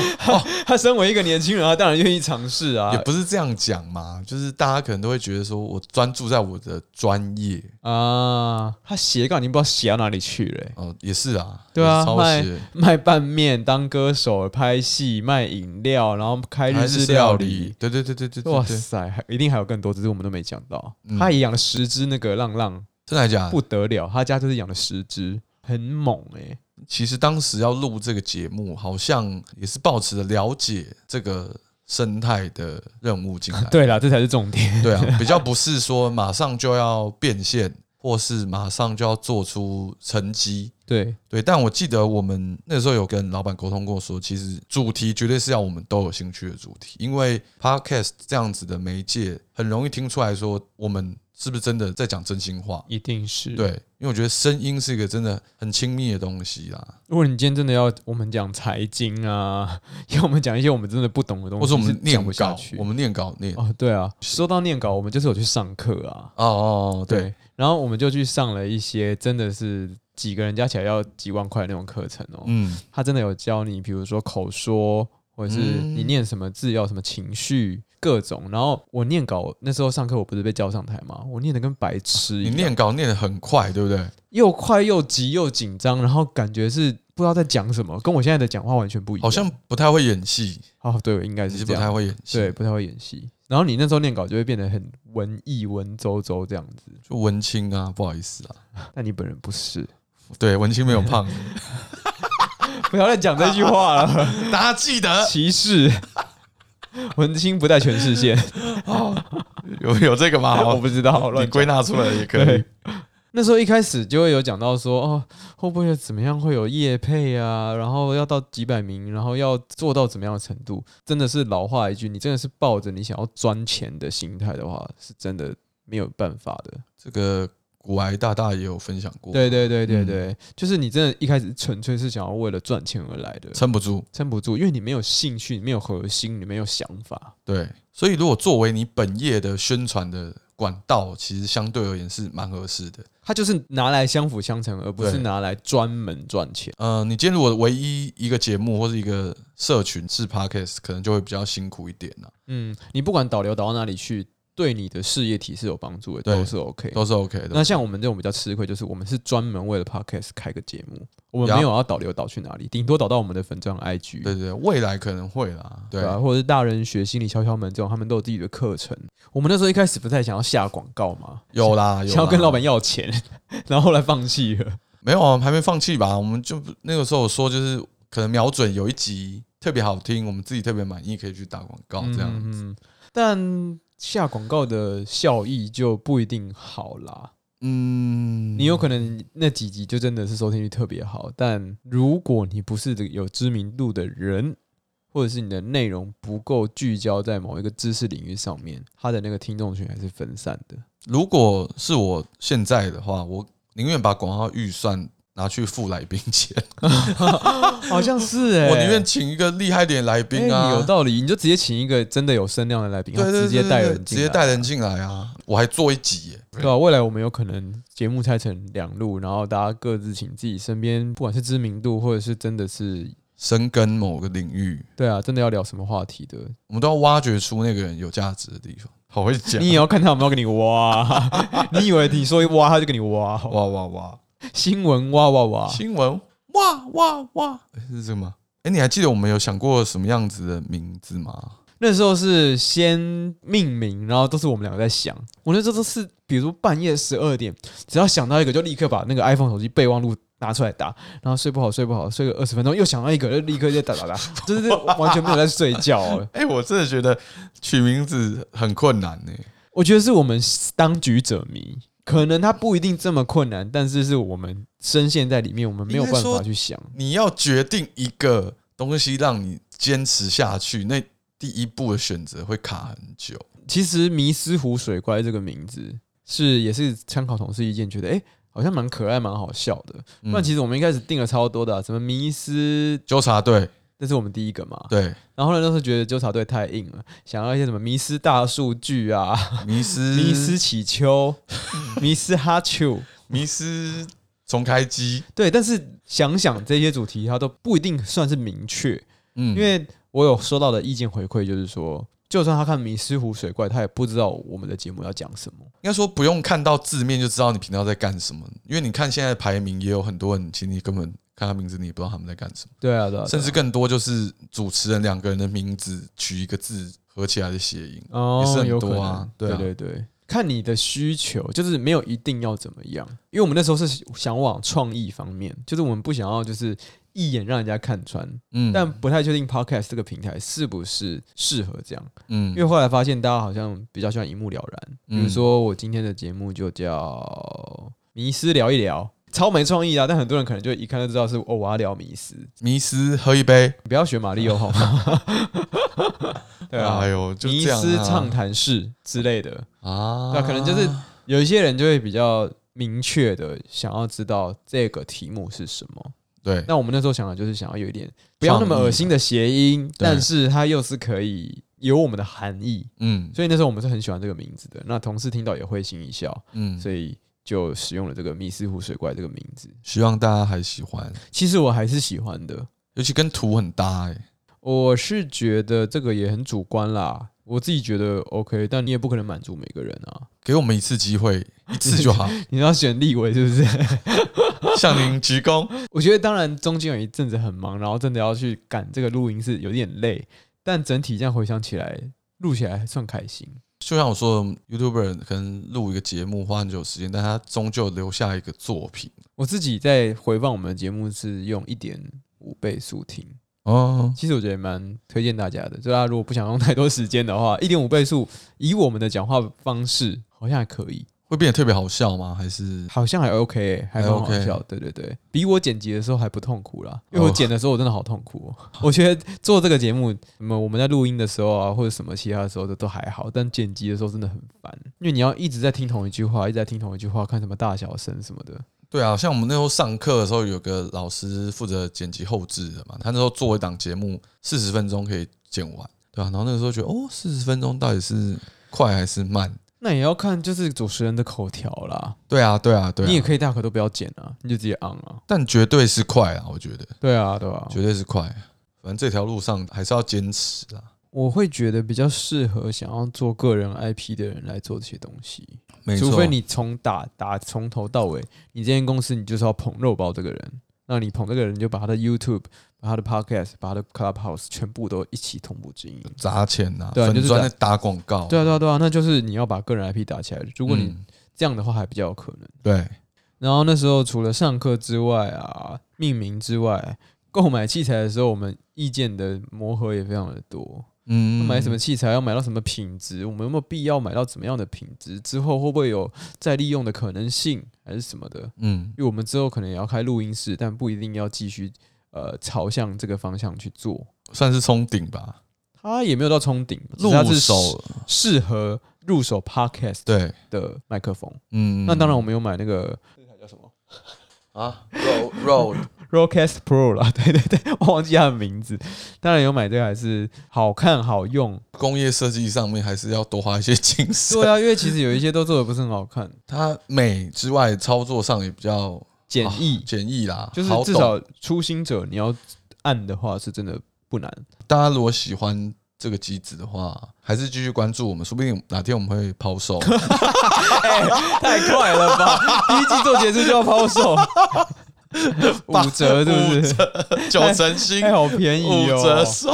Speaker 1: 他身为一个年轻人，他当然愿意尝试啊
Speaker 2: 也不是这样讲嘛，就是大家可能都会觉得说我专注在我的专业，
Speaker 1: 啊！他斜杠已经不知道斜到哪里去了欸、
Speaker 2: 哦、也是啊，
Speaker 1: 对啊
Speaker 2: 也是抄袭，
Speaker 1: 卖拌面、当歌手、拍戏、卖饮料，然后开日
Speaker 2: 还
Speaker 1: 式
Speaker 2: 是
Speaker 1: 料
Speaker 2: 料
Speaker 1: 理
Speaker 2: 理，，对对对对对对
Speaker 1: 哇
Speaker 2: 对，
Speaker 1: 塞，还一定还有更多，只是我们都没讲到。
Speaker 2: 嗯啊
Speaker 1: 他也养了十只那个浪浪，
Speaker 2: 真的还假的
Speaker 1: 不？得了，他家就是养了十只，很猛哎、
Speaker 2: 其实当时要录这个节目，好像也是抱持着了解这个生态的任务进来。
Speaker 1: [LAUGHS] 对啦，这才是重点。
Speaker 2: 对啊，比较不是说马上就要变现，或是马上就要做出成绩。
Speaker 1: [LAUGHS] 对，
Speaker 2: 对，但我记得我们那时候有跟老板沟通过说，其实主题绝对是要我们都有兴趣的主题，因为 podcast 这样子的媒介很容易听出来说我们是不是真的在讲真心话。
Speaker 1: 一定是。
Speaker 2: 对，因为我觉得声音是一个真的很亲密的东西啦。
Speaker 1: 如果你今天真的要我们讲财经啊， [LAUGHS] 要我们讲一些我们真的不懂的东西，
Speaker 2: 或者我们
Speaker 1: 是
Speaker 2: 念
Speaker 1: 讲不下
Speaker 2: 稿
Speaker 1: 去，。
Speaker 2: 我们念稿念。哦
Speaker 1: 哦，对啊，说到念稿，我们就是有去上课啊。
Speaker 2: 哦哦，对，
Speaker 1: 对，然后我们就去上了一些真的是几个人加起来要几万块的那种课程哦。
Speaker 2: 嗯，
Speaker 1: 他真的有教你，比如说口说，或者是
Speaker 2: 嗯
Speaker 1: 你念什么字要什么情绪，各种。然后我念稿那时候上课，我不是被叫上台吗？我念的跟白痴一
Speaker 2: 你
Speaker 1: 样，
Speaker 2: 念稿念得很快，对不对？
Speaker 1: 又快又急又紧张，然后感觉是不知道在讲什么，跟我现在的讲话完全不一样。
Speaker 2: 好像不太会演戏，
Speaker 1: 哦，对，应该
Speaker 2: 你
Speaker 1: 是
Speaker 2: 是
Speaker 1: 这
Speaker 2: 不
Speaker 1: 样
Speaker 2: 太，会演戏，
Speaker 1: 对，，不太会演戏。然后你那时候念稿就会变得很文艺文绉绉这样子，
Speaker 2: 就文青啊，不好意思啊，
Speaker 1: 但你本人不是，
Speaker 2: 对，文青没
Speaker 1: [LAUGHS]
Speaker 2: 有胖，
Speaker 1: 不要再讲这句话
Speaker 2: [LAUGHS]
Speaker 1: 了，
Speaker 2: 大家记得
Speaker 1: 歧视。文青不在全世界，
Speaker 2: [LAUGHS] 有有这个吗？
Speaker 1: 我
Speaker 2: 好
Speaker 1: 不知道，
Speaker 2: 你
Speaker 1: 乱
Speaker 2: 归纳出来也可以
Speaker 1: 对， [LAUGHS] 那时候一开始就会有讲到说，哦，会不会怎么样会有业配啊，然后要到几百名，然后要做到怎么样的程度，真的是老话一句，你真的是抱着你想要赚钱的心态的话，是真的没有办法的。
Speaker 2: 这个古癌大大也有分享过，
Speaker 1: 对，对对对
Speaker 2: 嗯
Speaker 1: 对，就是你真的一开始纯粹是想要为了赚钱而来的，
Speaker 2: 撑不住，
Speaker 1: 撑不住，因为你没有兴趣，你没有核心，你没有想法。
Speaker 2: 对，所以如果作为你本业的宣传的管道，其实相对而言是蛮合适的。
Speaker 1: 它就是拿来相辅相成，而不是
Speaker 2: 对
Speaker 1: 拿来专门赚钱。
Speaker 2: 呃，你今天如果唯一一个节目或是一个社群是 podcast，可能就会比较辛苦一点啊，
Speaker 1: 嗯，你不管导流导到哪里去，对你的事业体是有帮助的，
Speaker 2: 对
Speaker 1: 都是 OK。
Speaker 2: 都是 OK 的。
Speaker 1: 那像我们这种比较吃亏，就是我们是专门为了 podcast 开个节目，我们
Speaker 2: 呀
Speaker 1: 没有要导流导去哪里，顶多导到我们的粉钻 IG，
Speaker 2: 对对对，未来可能会啦，对
Speaker 1: 对啊吧？或者是大人学心理敲敲门这种，他们都有自己的课程。我们那时候一开始不是还想要下广告嘛，
Speaker 2: 有啦，有
Speaker 1: 想要
Speaker 2: 啦
Speaker 1: 跟老板要钱，然后后来放弃了。
Speaker 2: 没有啊，还没放弃吧？我们就不那个时候有说，就是可能瞄准有一集特别好听，我们自己特别满意，可以去打广告哦这样。
Speaker 1: 嗯，嗯但下广告的效益就不一定好啦。
Speaker 2: 嗯，
Speaker 1: 你有可能那几集就真的是收听率特别好，但如果你不是有知名度的人，或者是你的内容不够聚焦在某一个知识领域上面，他的那个听众群还是分散的。
Speaker 2: 如果是我现在的话，我宁愿把广告预算拿去付来宾钱，
Speaker 1: [LAUGHS] 好像是哎、
Speaker 2: 我宁愿请一个厉害点来宾
Speaker 1: 哎
Speaker 2: 啊，
Speaker 1: 有道理，你就直接请一个真的有声量的来宾，
Speaker 2: 对
Speaker 1: 他
Speaker 2: 对对
Speaker 1: 直接带人
Speaker 2: 直
Speaker 1: 进来，啊
Speaker 2: 接带人进来啊！我还做一集耶，
Speaker 1: 对啊，未来我们有可能节目拆成两路，然后大家各自请自己身边，不管是知名度或者是真的是，
Speaker 2: 深耕某个领域，
Speaker 1: 对啊，真的要聊什么话题的，
Speaker 2: 我们都要挖掘出那个人有价值的地方。好会讲
Speaker 1: 你也要看他有没有给你挖。 [LAUGHS] 你以为你说一挖他就给你挖哦？
Speaker 2: 哇哇哇！
Speaker 1: 新闻挖挖挖，
Speaker 2: 新闻啊哇哇哇，诶是这个吗？哎，你还记得我们有想过什么样子的名字吗？
Speaker 1: 那时候是先命名，然后都是我们两个在想。我那时候都是，比如说半夜十二点，只要想到一个，就立刻把那个 iPhone 手机备忘录拿出来打，然后睡不好睡不好，睡个二十分钟，又想到一个，就立刻就打打打，就是完全没有在睡觉、哦。
Speaker 2: 哎，我真的觉得取名字很困难呢、
Speaker 1: 我觉得是我们当局者迷，可能它不一定这么困难，但是是我们深陷在里面，我们没有办法去想。
Speaker 2: 你要决定一个东西让你坚持下去，那第一步的选择会卡很久。
Speaker 1: 其实“迷失湖水怪”这个名字是也是参考同事意见，觉得哎、诶好像蛮可爱、蛮好笑的。
Speaker 2: 嗯
Speaker 1: 不然其实我们一开始定了超多的啊、什么迷失，
Speaker 2: 纠察队，
Speaker 1: 这是我们第一个嘛。
Speaker 2: 对，
Speaker 1: 然后呢，那时候觉得纠察队太硬了，想要一些什么迷失大数据啊、
Speaker 2: [LAUGHS] 迷失，
Speaker 1: 迷失乞秋、
Speaker 2: 嗯
Speaker 1: 迷失哈丘，
Speaker 2: 迷失重开机，
Speaker 1: 对。但是想想这些主题，它都不一定算是明确，
Speaker 2: 嗯
Speaker 1: 因为我有收到的意见回馈，就是说，就算他看《迷失湖水怪》，他也不知道我们的节目要讲什么。
Speaker 2: 应该说不用看到字面就知道你频道在干什么，因为你看现在的排名也有很多人，其实你根本看他名字你也不知道他们在干什么，
Speaker 1: 对啊，对啊，对啊
Speaker 2: 甚至更多就是主持人两个人的名字取一个字合起来的谐音，
Speaker 1: 哦，
Speaker 2: 也是很
Speaker 1: 有
Speaker 2: 多
Speaker 1: 可
Speaker 2: 啊
Speaker 1: 能
Speaker 2: 对啊
Speaker 1: 对对对，看你的需求，就是没有一定要怎么样，因为我们那时候是想往创意方面，就是我们不想要就是一眼让人家看穿，
Speaker 2: 嗯，
Speaker 1: 但不太确定 podcast 这个平台是不是适合这样，
Speaker 2: 嗯
Speaker 1: 因为后来发现大家好像比较喜欢一目了然，比如
Speaker 2: 嗯
Speaker 1: 说我今天的节目就叫《迷失聊一聊》。超没创意啊！但很多人可能就一看就知道是哦，我要聊迷失。
Speaker 2: 迷失喝一杯，
Speaker 1: 你不要学马里奥好吗？ [LAUGHS] 对啊，
Speaker 2: 哎呦，就
Speaker 1: 迷
Speaker 2: 这样
Speaker 1: 失畅
Speaker 2: 啊
Speaker 1: 谈室之类的，
Speaker 2: 啊，
Speaker 1: 那可能就是有一些人就会比较明确的想要知道这个题目是什么。
Speaker 2: 对，
Speaker 1: 那我们那时候想的就是想要有一点不要那么恶心的谐音，但是它又是可以有我们的含义，
Speaker 2: 嗯
Speaker 1: 所以那时候我们是很喜欢这个名字的。那同事听到也会心一笑，
Speaker 2: 嗯，
Speaker 1: 所以就使用了这个“密斯湖水怪”这个名字。
Speaker 2: 希望大家还喜欢，
Speaker 1: 其实我还是喜欢的，
Speaker 2: 尤其跟图很搭哎，
Speaker 1: 我是觉得这个也很主观啦。我自己觉得 OK，但你也不可能满足每个人啊！
Speaker 2: 给我们一次机
Speaker 1: [LAUGHS]
Speaker 2: 会，一次就好，
Speaker 1: 你要选立委是不是？ [LAUGHS]
Speaker 2: 向您鞠躬。
Speaker 1: 我觉得当然中间有一阵子很忙，然后真的要去赶这个录音是有点累，但整体这样回想起来，录起来还算开心。
Speaker 2: 就像我说的，YouTuber 可能录一个节目花很久时间，但他终究留下一个作品。
Speaker 1: 我自己在回放我们的节目是用一点五倍速听，
Speaker 2: 哦，
Speaker 1: 其实我觉得蛮推荐大家的。就大家如果不想用太多时间的话，一点五倍速以我们的讲话方式好像还可以，
Speaker 2: 会变得特别好笑吗？还是
Speaker 1: 好像还 OK，、欸、还蛮好
Speaker 2: 还 OK
Speaker 1: 笑的。对对对，比我剪辑的时候还不痛苦啦，因为我剪的时候我真的好痛苦、
Speaker 2: [LAUGHS]
Speaker 1: 哦。我觉得做这个节目，什么我们在录音的时候啊，或者什么其他的时候都都还好，但剪辑的时候真的很烦，因为你要一直在听同一句话，一直在听同一句话，看什么大小声什么的。
Speaker 2: 对啊？像我们那时候上课的时候，有个老师负责剪辑后置的嘛，他那时候做一档节目，四十分钟可以剪完，对吧、然后那个时候觉得，哦，四十分钟到底是快还是慢？
Speaker 1: 那也要看就是主持人的口条啦，
Speaker 2: 对啊，对啊，对啊。
Speaker 1: 你也可以大可都不要剪啊，你就直接 on 啊。
Speaker 2: 但绝对是快啊，我觉得
Speaker 1: 对啊，对啊，
Speaker 2: 绝对是快。反正这条路上还是要坚持啊。
Speaker 1: 我会觉得比较适合想要做个人 IP 的人来做这些东西。
Speaker 2: 没错，
Speaker 1: 除非你从打打从头到尾，你这间公司你就是要捧肉包这个人，那你捧这个人你就把他的 YouTube、把他的 Podcast、把他的 Clubhouse 全部都一起同步经营。
Speaker 2: 砸钱呐、啊，
Speaker 1: 对啊
Speaker 2: 粉
Speaker 1: 就是
Speaker 2: 专
Speaker 1: 砸
Speaker 2: 在打广告。
Speaker 1: 对啊，对啊，对啊，那就是你要把个人 IP 打起来。如果你
Speaker 2: 哦嗯
Speaker 1: 这样的话，还比较有可能。
Speaker 2: 对，
Speaker 1: 然后那时候除了上课之外啊，命名之外，购买器材的时候，我们意见的磨合也非常的多。要
Speaker 2: 嗯
Speaker 1: 买什么器材，要买到什么品质，我们有没有必要买到怎么样的品质？之后会不会有再利用的可能性，还是什么的？
Speaker 2: 嗯
Speaker 1: 因为我们之后可能也要开录音室，但不一定要继续呃朝向这个方向去做。，
Speaker 2: 算是冲顶吧，
Speaker 1: 它也没有到冲顶，只
Speaker 2: 入
Speaker 1: 是它是
Speaker 2: 手
Speaker 1: 适适合入手 podcast
Speaker 2: 对，
Speaker 1: 的麦克风。
Speaker 2: 嗯。
Speaker 1: 那当然，我们有买那个
Speaker 2: 啊，road road
Speaker 1: Roadcast Pro 啦， [LAUGHS] 对对对，我忘记它的名字。当然有买这个还是好看好用，
Speaker 2: 工业设计上面还是要多花一些精神。
Speaker 1: 对啊，因为其实有一些都做的不是很好看，
Speaker 2: 它美之外，操作上也比较
Speaker 1: 简易，
Speaker 2: 啊简易啦，
Speaker 1: 就是
Speaker 2: 好
Speaker 1: 至
Speaker 2: 懂
Speaker 1: 少初心者你要按的话是真的不难。
Speaker 2: 大家如果喜欢这个机子的话，还是继续关注我们，说不定哪天我们会
Speaker 1: [LAUGHS]
Speaker 2: 抛售。
Speaker 1: 太快了
Speaker 2: [LAUGHS]
Speaker 1: 吧！第一季做结束就要抛售，五折是不是？
Speaker 2: 九成新
Speaker 1: 哎，好便宜哦，
Speaker 2: 售，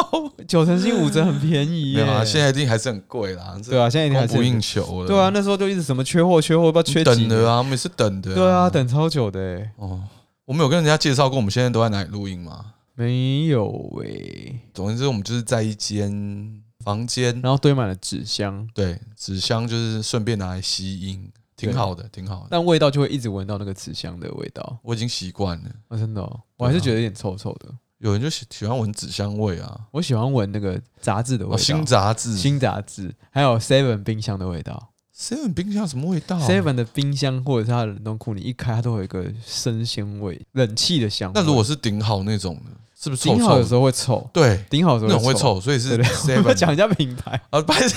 Speaker 1: 九成新五折很便宜
Speaker 2: 没
Speaker 1: 耶
Speaker 2: 有。啊，现在一定还是很贵啦。这
Speaker 1: 对啊，现在一定还是
Speaker 2: 供不应求了。
Speaker 1: 对啊，，那时候就一直什么缺货、缺货，不知道缺几
Speaker 2: 等
Speaker 1: 年
Speaker 2: 的。啊，我们也是等的。
Speaker 1: 对啊，，等超久的欸耶，
Speaker 2: 哦，我们有跟人家介绍过我们现在都在哪里录音吗？
Speaker 1: 没有喂。
Speaker 2: 总之，我们就是在一间房间，
Speaker 1: 然后堆满了纸箱，
Speaker 2: 对，纸箱就是顺便拿来吸音，挺
Speaker 1: 对
Speaker 2: 好的，挺好的。
Speaker 1: 但味道就会一直闻到那个纸箱的味道。
Speaker 2: 我已经习惯了。
Speaker 1: 啊，真的、哦，我还是觉得有点臭臭的。
Speaker 2: 有人就喜喜欢闻纸箱味啊，
Speaker 1: 我喜欢闻那个杂志的味
Speaker 2: 哦，
Speaker 1: 道，
Speaker 2: 新杂志，
Speaker 1: 新杂志，还有 Seven 冰箱的味道。
Speaker 2: Seven 冰箱什么味道啊
Speaker 1: Seven 的冰箱或者是它的冷冻库，你一开它都会有一个生鲜味、冷气的香味。
Speaker 2: 那如果是顶好那种的，是不是臭
Speaker 1: 顶好
Speaker 2: 臭
Speaker 1: 的时候会臭，
Speaker 2: 对，
Speaker 1: 顶好的时候
Speaker 2: 那种会
Speaker 1: [LAUGHS] 臭。
Speaker 2: 臭，所以是
Speaker 1: 对对对，我们
Speaker 2: [LAUGHS] Seven
Speaker 1: 讲一下品牌，
Speaker 2: 啊，不是，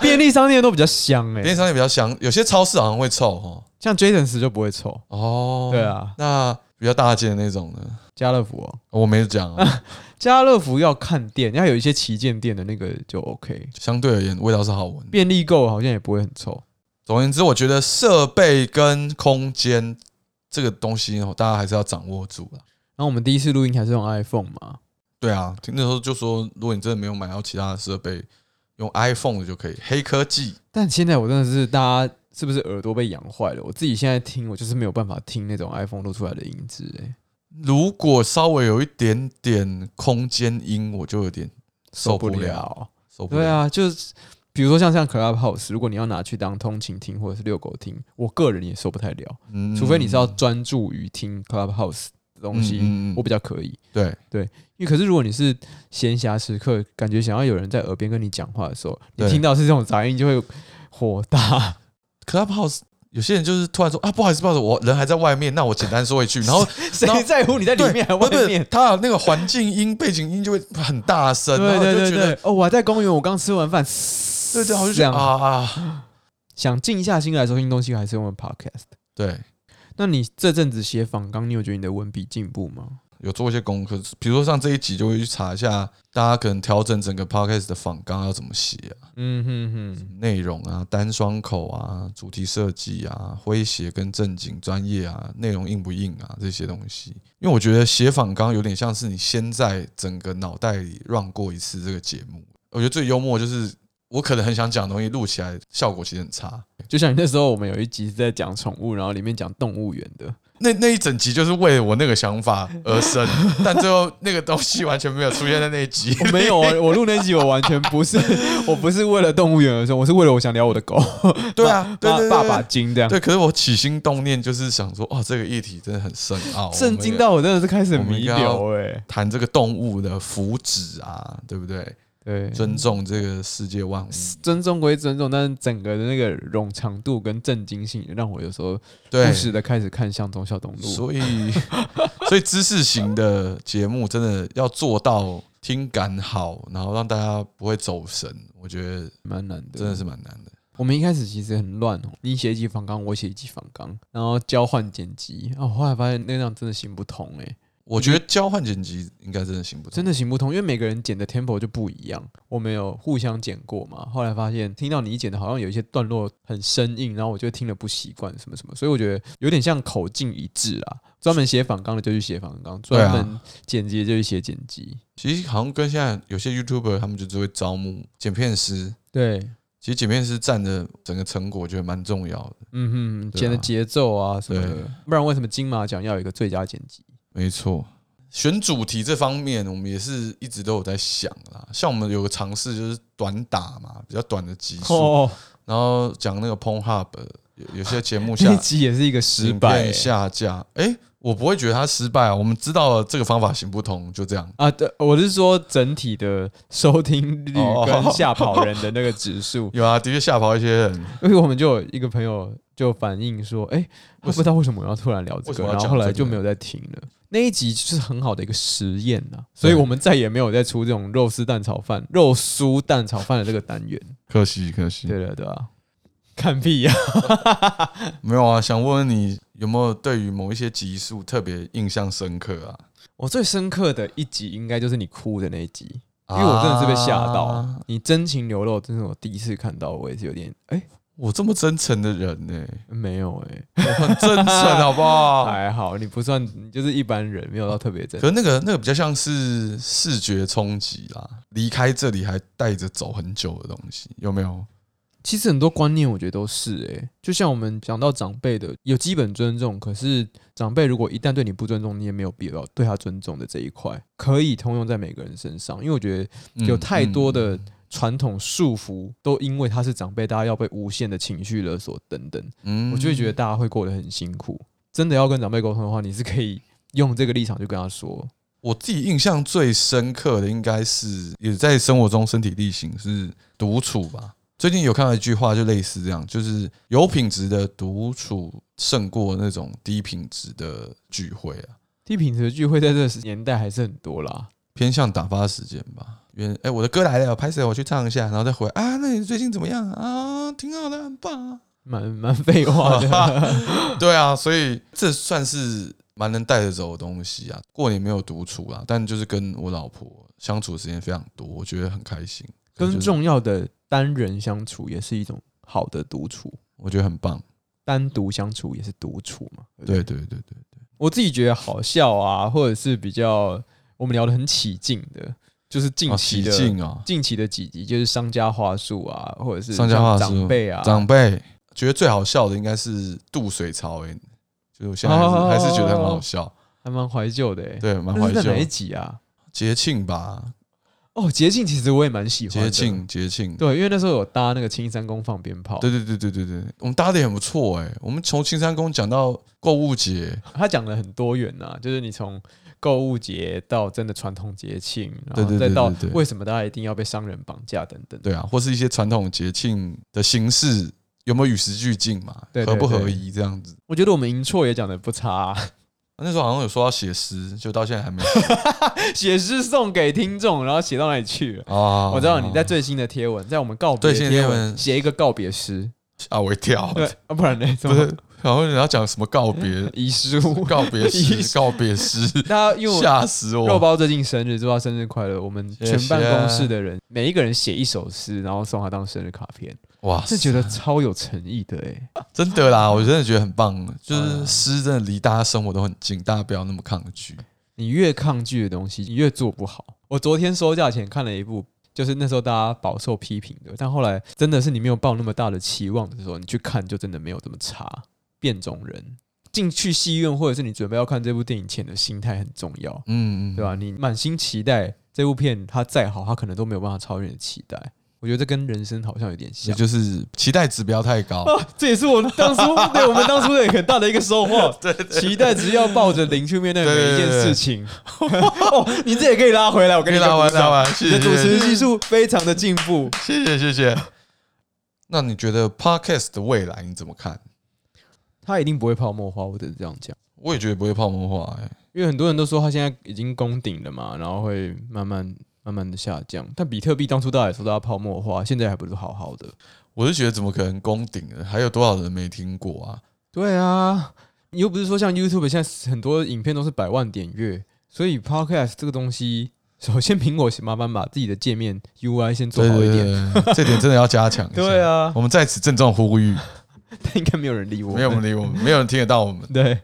Speaker 1: 便利商店都比较香哎、
Speaker 2: 便利商店比较香，有些超市好像会臭哈。
Speaker 1: 像 Jasons 就不会臭。
Speaker 2: 哦，
Speaker 1: 对，啊，
Speaker 2: 那比较大件的那种呢，
Speaker 1: 家乐福哦，
Speaker 2: 我没有讲
Speaker 1: [LAUGHS]
Speaker 2: 啊，
Speaker 1: 家乐福要看店，要有一些旗舰店的那个就 OK。
Speaker 2: 相对而言味道是好闻的。
Speaker 1: 便利购好像也不会很臭。
Speaker 2: 总而言之，我觉得设备跟空间这个东西哦，大家还是要掌握住了。啊
Speaker 1: 然后我们第一次录音还是用 iPhone 嘛，
Speaker 2: 对啊，那时候就说，如果你真的没有买到其他的设备，用 iPhone 的就可以，黑科技。
Speaker 1: 但现在我真的是大家是不是耳朵被养坏了？我自己现在听，我就是没有办法听那种 iPhone 录出来的音质、欸，
Speaker 2: 如果稍微有一点点空间音，我就有点受
Speaker 1: 不
Speaker 2: 不了，
Speaker 1: 了。
Speaker 2: 受不了。
Speaker 1: 对，啊，就是比如说像像 Clubhouse，如果你要拿去当通勤听或者是遛狗听，我个人也受不太了，
Speaker 2: 嗯
Speaker 1: 除非你是要专注于听 Clubhouse 的东西，
Speaker 2: 嗯嗯嗯
Speaker 1: 我比较可以。
Speaker 2: 对
Speaker 1: 因为可是如果你是闲暇时刻，感觉想要有人在耳边跟你讲话的时候，你
Speaker 2: 对
Speaker 1: 听到是这种杂音，就会火
Speaker 2: [LAUGHS]
Speaker 1: 大。
Speaker 2: Clubhouse，有些人就是突然说啊，不好意思，不好意思，我人还在外面，那我简单说一句，然后然后
Speaker 1: 谁在乎你在里面还
Speaker 2: 不
Speaker 1: [LAUGHS] 外
Speaker 2: 是不是
Speaker 1: 面？
Speaker 2: 他那个环境音、背景音就会很大声，
Speaker 1: 对
Speaker 2: 然后
Speaker 1: 对
Speaker 2: 我就
Speaker 1: 对
Speaker 2: 觉得
Speaker 1: 对，哦，我还在公园，我刚吃完饭，
Speaker 2: 对
Speaker 1: 对
Speaker 2: 对，我就
Speaker 1: 这
Speaker 2: 觉
Speaker 1: 样
Speaker 2: 得啊啊，
Speaker 1: 想静下心来收听东西，还是用 podcast。
Speaker 2: 对，
Speaker 1: 那你这阵子写访纲，你有觉得你的文笔进步吗？
Speaker 2: 有做一些功课，比如说像这一集就会去查一下，大家可能调整整个 podcast 的访纲要怎么写啊，
Speaker 1: 嗯哼哼，
Speaker 2: 内容啊、单双口啊、主题设计啊、诙谐跟正经、专业啊、内容硬不硬啊这些东西。因为我觉得写访纲有点像是你先在整个脑袋里 run 过一次这个节目。我觉得最幽默就是我可能很想讲的东西，录起来效果其实很差。
Speaker 1: 就像你那时候，我们有一集是在讲宠物，然后里面讲动物园的，
Speaker 2: 那那一整集就是为了我那个想法而生， [LAUGHS] 但最后那个东西完全没有出现在那一集。
Speaker 1: 我没有啊， [LAUGHS] 我录那集我完全不是， [LAUGHS] 我不是为了动物园而生，我是为了我想聊我的 [LAUGHS] 狗，
Speaker 2: [LAUGHS] 对 [LAUGHS] 啊，对
Speaker 1: 爸
Speaker 2: 对对
Speaker 1: 爸爸精这样，哦
Speaker 2: 对，可是我起心动念就是想说，哇，这个议题真的很深奥，
Speaker 1: 震惊到我真的是开始
Speaker 2: 我们
Speaker 1: 弥
Speaker 2: 应该要
Speaker 1: 留哎，
Speaker 2: 谈这个动物的福祉啊，对不对？
Speaker 1: 对，
Speaker 2: 尊重这个世界万物，
Speaker 1: 尊重归尊重，但是整个的那个冗长度跟震惊性，让我有时候
Speaker 2: 对
Speaker 1: 不，时的开始看向忠孝东路。
Speaker 2: 所以 [LAUGHS] 所以知识型的节目真的要做到听感好，然后让大家不会走神，我觉得
Speaker 1: 蛮难的，
Speaker 2: 真的是。蛮难的。
Speaker 1: 我们一开始其实很乱哦，你写一集仿纲，我写一集仿纲，然后交换剪辑。啊，我后来发现那样真的行不通哎、
Speaker 2: 我觉得交换剪辑应该真的行不通，
Speaker 1: 真的行不通，因为每个人剪的 tempo 就不一样。我们有互相剪过嘛，后来发现听到你剪的好像有一些段落很生硬，然后我就听了不习惯什么什么，所以我觉得有点像口径一致啦。专门写仿纲的就去写仿纲，
Speaker 2: 对啊
Speaker 1: 专门剪辑的就去写剪辑。
Speaker 2: 其实好像跟现在有些 YouTuber 他们就只会招募剪片师，
Speaker 1: 对，
Speaker 2: 其实剪片师占的整个成果，我觉得蛮重要的。
Speaker 1: 嗯哼，
Speaker 2: 对啊
Speaker 1: 剪的节奏啊什么
Speaker 2: 对
Speaker 1: 的，不然为什么金马奖要有一个最佳剪辑？
Speaker 2: 没错，选主题这方面，我们也是一直都有在想啦。像我们有个尝试就是短打嘛，比较短的集数，
Speaker 1: 哦，
Speaker 2: 然后讲那个 Pon Hub 有有些节
Speaker 1: [LAUGHS]
Speaker 2: 目
Speaker 1: 这
Speaker 2: 下
Speaker 1: 一集也是一个失
Speaker 2: 影
Speaker 1: 败
Speaker 2: 片
Speaker 1: 欸
Speaker 2: 下架，哎，我不会觉得它失败啊。我们知道了这个方法行不通，就这样。
Speaker 1: 啊！对，我是说整体的收听率
Speaker 2: 哦
Speaker 1: 跟吓跑人的那个指数，
Speaker 2: 有啊，的确吓跑一些人。
Speaker 1: [LAUGHS] 因为我们就有一个朋友就反映说，哎、他不知道为什么我要突然聊这
Speaker 2: 为什
Speaker 1: 个，
Speaker 2: 么要
Speaker 1: 然后
Speaker 2: 讲
Speaker 1: 后来
Speaker 2: 这个
Speaker 1: 就没有再听了。那一集就是很好的一个实验呐、所以我们再也没有再出这种肉丝蛋炒饭、肉酥蛋炒饭的这个单
Speaker 2: [LAUGHS]
Speaker 1: 元。
Speaker 2: 可惜，可惜，
Speaker 1: 对了，对啊，看屁呀、
Speaker 2: 没有啊。想问问你有没有对于某一些集数特别印象深刻啊？
Speaker 1: 我最深刻的一集应该就是你哭的那一集，因为我真的是被吓到。
Speaker 2: 啊
Speaker 1: 你真情流露，真是我第一次看到，我也是有点哎、
Speaker 2: 我这么真诚的人
Speaker 1: [LAUGHS]
Speaker 2: 呢、
Speaker 1: 没有哎、
Speaker 2: 我很真诚，好不好？
Speaker 1: 还好你不算，你就是一般人，没有到特别真
Speaker 2: 可。是那个那个比较像是视觉冲击啦，离开这里还带着走很久的东西，有没有？
Speaker 1: 其实很多观念，我觉得都是诶、就像我们讲到长辈的有基本尊重，可是长辈如果一旦对你不尊重，你也没有必要对他尊重的这一块，可以通用在每个人身上，因为我觉得
Speaker 2: 嗯
Speaker 1: 有太多
Speaker 2: 嗯
Speaker 1: 的传统束缚，都因为他是长辈，大家要被无限的情绪勒索等等，
Speaker 2: 嗯
Speaker 1: 我就会觉得大家会过得很辛苦。真的要跟长辈沟通的话，你是可以用这个立场去跟他说，
Speaker 2: 我自己印象最深刻的应该是也在生活中身体力行是独处吧。最近有看到一句话，就类似这样，就是有品质的独处胜过那种低品质的聚会啊，
Speaker 1: 低品质的聚会在这个年代还是很多啦。
Speaker 2: 偏向打发时间吧。原哎、我的歌来了，拍谁我去唱一下，然后再回来啊。那你最近怎么样啊？挺好的，很棒啊。
Speaker 1: 蛮蛮废话的，
Speaker 2: [LAUGHS] 对啊，所以这算是蛮能带着走的东西啊。过年没有独处啊，但就是跟我老婆相处的时间非常多，我觉得很开心。
Speaker 1: 跟
Speaker 2: 就是
Speaker 1: 重要的单人相处也是一种好的独处，
Speaker 2: 我觉得很棒。
Speaker 1: 单独相处也是独处嘛。不
Speaker 2: 对对对对，
Speaker 1: 我自己觉得好笑啊，或者是比较我们聊得很起劲的，就是近
Speaker 2: 哦
Speaker 1: 期
Speaker 2: 喜
Speaker 1: 的、
Speaker 2: 庆啊，
Speaker 1: 近期的几集，就是商家话术啊，或者是
Speaker 2: 商家话术
Speaker 1: 像长辈啊，
Speaker 2: 长辈觉得最好笑的应该是渡水潮哎，就是我现在还是
Speaker 1: 哦
Speaker 2: 还是觉得很好笑，
Speaker 1: 还蛮怀旧的、欸。，
Speaker 2: 对，蛮
Speaker 1: 那
Speaker 2: 怀
Speaker 1: 是在
Speaker 2: 旧
Speaker 1: 哪。一集啊？
Speaker 2: 节庆吧，
Speaker 1: 哦，节庆其实我也蛮喜欢
Speaker 2: 节
Speaker 1: 的。
Speaker 2: 庆节庆，
Speaker 1: 对，因为那时候有搭那个青山宫放鞭炮，
Speaker 2: 对对对对对对，我们搭的也很不错哎，我们从青山宫讲到购物节，
Speaker 1: 他讲的很多元呐、啊就是你从购物节到真的传统节庆，然
Speaker 2: 对
Speaker 1: 后
Speaker 2: 对
Speaker 1: 再
Speaker 2: 对
Speaker 1: 到
Speaker 2: 对对
Speaker 1: 为什么大家一定要被商人绑架等等。
Speaker 2: 对啊，或是一些传统节庆的形式有没有与时俱进嘛，
Speaker 1: 对对
Speaker 2: 合不合
Speaker 1: 对
Speaker 2: 宜这样子。
Speaker 1: 我觉得我们银错也讲的不差、啊， [LAUGHS]
Speaker 2: 那时候好像有说要写诗，就到现在还没
Speaker 1: 写诗送给听众，然后写到哪里去了？
Speaker 2: 啊
Speaker 1: 哦我知道你在最新的贴文，在我们告别
Speaker 2: 最新
Speaker 1: 的
Speaker 2: 的
Speaker 1: 贴
Speaker 2: 贴
Speaker 1: 文
Speaker 2: 文
Speaker 1: 写一个告别诗，
Speaker 2: 吓我一跳，
Speaker 1: 对啊，不然呢？怎
Speaker 2: 不
Speaker 1: 么
Speaker 2: 是，然后你要讲什么
Speaker 1: [LAUGHS]
Speaker 2: 告别，
Speaker 1: 遗
Speaker 2: [LAUGHS]
Speaker 1: 书？
Speaker 2: 告别
Speaker 1: [LAUGHS] 遗
Speaker 2: 诗，告别诗，
Speaker 1: 大家因为我
Speaker 2: 吓死
Speaker 1: 肉
Speaker 2: 我！
Speaker 1: 包最近生日，祝他生日快乐！我们
Speaker 2: 谢
Speaker 1: 全
Speaker 2: 谢
Speaker 1: 办公室的人每一个人写一首诗，然后送他当生日卡片，
Speaker 2: 哇，
Speaker 1: 是觉得超有诚意的哎、
Speaker 2: 真的啦，我真的觉得很棒，就
Speaker 1: 嗯
Speaker 2: 是诗真的离大家生活都很近，大家不要那么抗拒。
Speaker 1: 你越抗拒的东西，你越做不好。我昨天收假前看了一部，就是那时候大家饱受批评的，但后来真的是你没有抱那么大的期望的时候，你去看就真的没有这么差。变种人进去戏院，或者是你准备要看这部电影前的心态很重要，
Speaker 2: 嗯，嗯
Speaker 1: 对吧、？啊你满心期待这部片，它再好，它可能都没有办法超越你的期待。我觉得这跟人生好像有点
Speaker 2: 也
Speaker 1: 像。
Speaker 2: 就是期待值不要太高。
Speaker 1: 啊，这也是我当初对我们当初的很大的一个收获。 [LAUGHS]
Speaker 2: 对
Speaker 1: 期待值要抱着零去面对每一件事情。 [LAUGHS] 哦，你这也可以拉回来，我跟你
Speaker 2: 拉完
Speaker 1: 鼓
Speaker 2: 拉
Speaker 1: 掌
Speaker 2: 完，谢
Speaker 1: 你的
Speaker 2: 谢
Speaker 1: 主持技术非常的进步。
Speaker 2: 谢谢谢谢。那你觉得 podcast 的未来你怎么看？
Speaker 1: 他一定不会泡沫化，我只是这样讲，
Speaker 2: 我也觉得不会泡沫化、欸，
Speaker 1: 因为很多人都说他现在已经攻顶了嘛，然后会慢慢慢慢的下降。但比特币当初大家也说它泡沫化，现在还不是好好的。
Speaker 2: 我是觉得怎么可能攻顶呢？还有多少人没听过啊？
Speaker 1: 对啊，你又不是说像 YouTube 现在很多影片都是百万点阅，所以 Podcast 这个东西，首先苹果麻烦把自己的界面 UI 先做好一点。
Speaker 2: 对，对对这点真的要加强。
Speaker 1: [LAUGHS] 对，啊，
Speaker 2: 我们在此郑重呼吁，
Speaker 1: 但应该没有人理我。
Speaker 2: 没有人理我们， [LAUGHS] 没有人听得到我们。
Speaker 1: [LAUGHS] 对，
Speaker 2: 因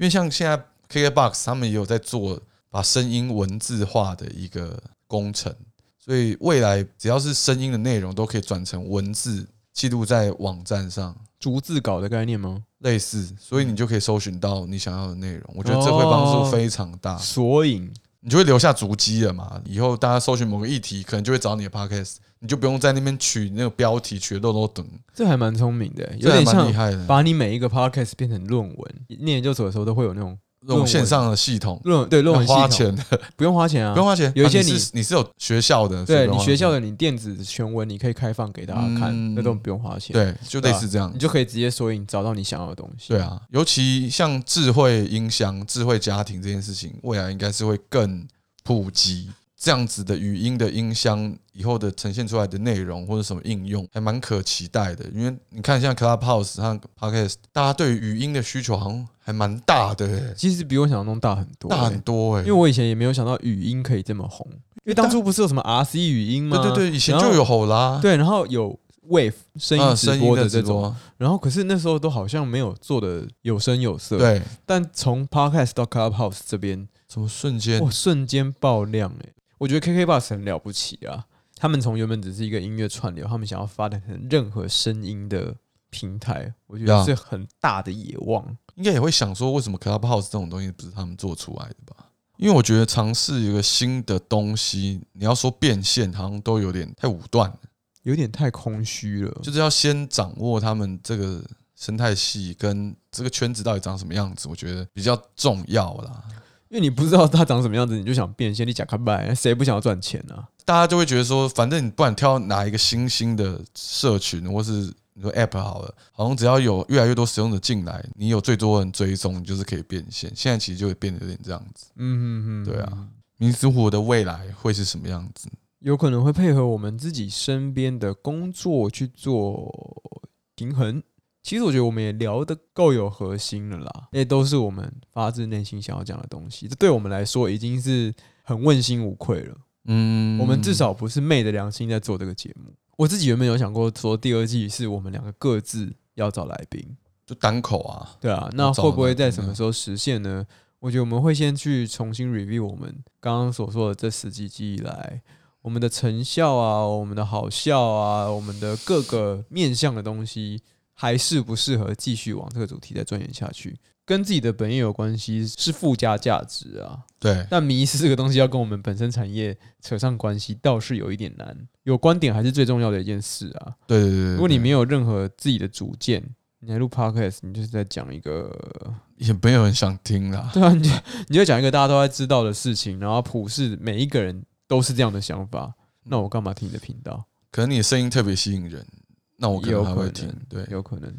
Speaker 2: 为像现在 KKBOX 他们也有在做把声音文字化的一个工程，所以未来只要是声音的内容都可以转成文字记录在网站上，
Speaker 1: 逐字稿的概念吗？嗯
Speaker 2: 类
Speaker 1: 哦
Speaker 2: 啊似，所以你就可以搜寻到你想要的内容。我觉得这会帮助非常大。
Speaker 1: 索引
Speaker 2: 你就会留下足迹了嘛。以后大家搜寻某个议题，可能就会找你的 podcast，你就不用在那边取那个标题取漏漏等，
Speaker 1: 这还蛮聪明的，有
Speaker 2: 这还
Speaker 1: 点
Speaker 2: 蛮厉
Speaker 1: 像
Speaker 2: 害的。
Speaker 1: 把你每一个 podcast 变成论文。念研究所的时候都会有那种
Speaker 2: 这种线上的系统，
Speaker 1: 论文对论文系
Speaker 2: 花
Speaker 1: 统，
Speaker 2: 钱的，
Speaker 1: 不用花钱啊，
Speaker 2: 不用花钱。
Speaker 1: 有一些
Speaker 2: 啊
Speaker 1: 你
Speaker 2: 你是你是有学校的，所以
Speaker 1: 对
Speaker 2: 不用
Speaker 1: 你
Speaker 2: 花
Speaker 1: 学校
Speaker 2: 钱
Speaker 1: 的你电子全文你可以开放给大家看，
Speaker 2: 嗯
Speaker 1: 那都不用花钱。，
Speaker 2: 对，就类似这样
Speaker 1: 你。就可以直接索引找到你想要的东西。
Speaker 2: 对啊，尤其像智慧音箱、智慧家庭这件事情，未来应该是会更普及。这样子的语音的音箱以后的呈现出来的内容或者什么应用，还蛮可期待的。因为你看，像 Clubhouse 和 Podcast，大家对语音的需求好像还蛮大的、欸，
Speaker 1: 其实比我想象中大很多、
Speaker 2: 大很
Speaker 1: 欸
Speaker 2: 多哎、
Speaker 1: 因为我以前也没有想到语音可以这么红，因为当初不是有什么 RC 语音吗？
Speaker 2: 对对对，以前
Speaker 1: 然后
Speaker 2: 就有吼啦，
Speaker 1: 对，然后有 Wave 声音
Speaker 2: 嗯
Speaker 1: 直
Speaker 2: 声音
Speaker 1: 播
Speaker 2: 的
Speaker 1: 的这
Speaker 2: 直
Speaker 1: 种，
Speaker 2: 播，
Speaker 1: 然后可是那时候都好像没有做的有声有色。，
Speaker 2: 对，
Speaker 1: 但从 Podcast 到 Clubhouse 这边，
Speaker 2: 什么瞬间
Speaker 1: 哇，瞬间爆量哎、我觉得 KKBox 很了不起啊，他们从原本只是一个音乐串流，他们想要发展成任何声音的平台，我觉得
Speaker 2: 呀
Speaker 1: 是很大的野望。
Speaker 2: 应该也会想说，为什么 Clubhouse 这种东西不是他们做出来的吧？因为我觉得尝试一个新的东西，你要说变现，好像都有点太武断了，
Speaker 1: 有点太空虚了，
Speaker 2: 就是要先掌握他们这个生态系跟这个圈子到底长什么样子，我觉得比较重要啦。
Speaker 1: 因为你不知道它长什么样子，你就想变现，你假开拜，谁不想要赚钱啊？
Speaker 2: 大家就会觉得说，反正你不管挑哪一个新兴的社群或是你说 App 好了，好像只要有越来越多使用者进来，你有最多人追踪，你就是可以变现。现在其实就会变得有点这样子。
Speaker 1: 嗯嗯嗯，
Speaker 2: 对啊，明斯湖的未来会是什么样子？
Speaker 1: 有可能会配合我们自己身边的工作去做平衡。其实我觉得我们也聊得够有核心了啦，那都是我们发自内心想要讲的东西，这对我们来说已经是很问心无愧了。
Speaker 2: 嗯
Speaker 1: 我们至少不是昧着良心在做这个节目。我自己原本有想过说，第二季是我们两个各自要找来宾，
Speaker 2: 就单口啊，
Speaker 1: 对啊，
Speaker 2: 要
Speaker 1: 那
Speaker 2: 找
Speaker 1: 会不会
Speaker 2: 来宾
Speaker 1: 在什么
Speaker 2: 呢
Speaker 1: 时候实现呢？我觉得我们会先去重新 review 我们刚刚所说的这十几集以来我们的成效啊，我们的好笑啊，我们的各个面向的东西，还适不适合继续往这个主题再钻研下去？跟自己的本业有关系是附加价值啊，
Speaker 2: 对，
Speaker 1: 但迷失这个东西要跟我们本身产业扯上关系，倒是有一点难。有观点还是最重要的一件事啊。
Speaker 2: 对对对对，
Speaker 1: 如果你没
Speaker 2: 有，
Speaker 1: 有任何自己的主见，你来录 podcast，你就是在讲一个，
Speaker 2: 也没有人想听啦。
Speaker 1: 对啊，你就你就讲一个大家都在知道的事情，然后普世每一个人都是这样的想法，
Speaker 2: 嗯
Speaker 1: 那我干嘛听你的频道？
Speaker 2: 可能你的声音特别吸引人，那我可
Speaker 1: 有
Speaker 2: 能还
Speaker 1: 可
Speaker 2: 会
Speaker 1: 能
Speaker 2: 听。对，
Speaker 1: 有可能。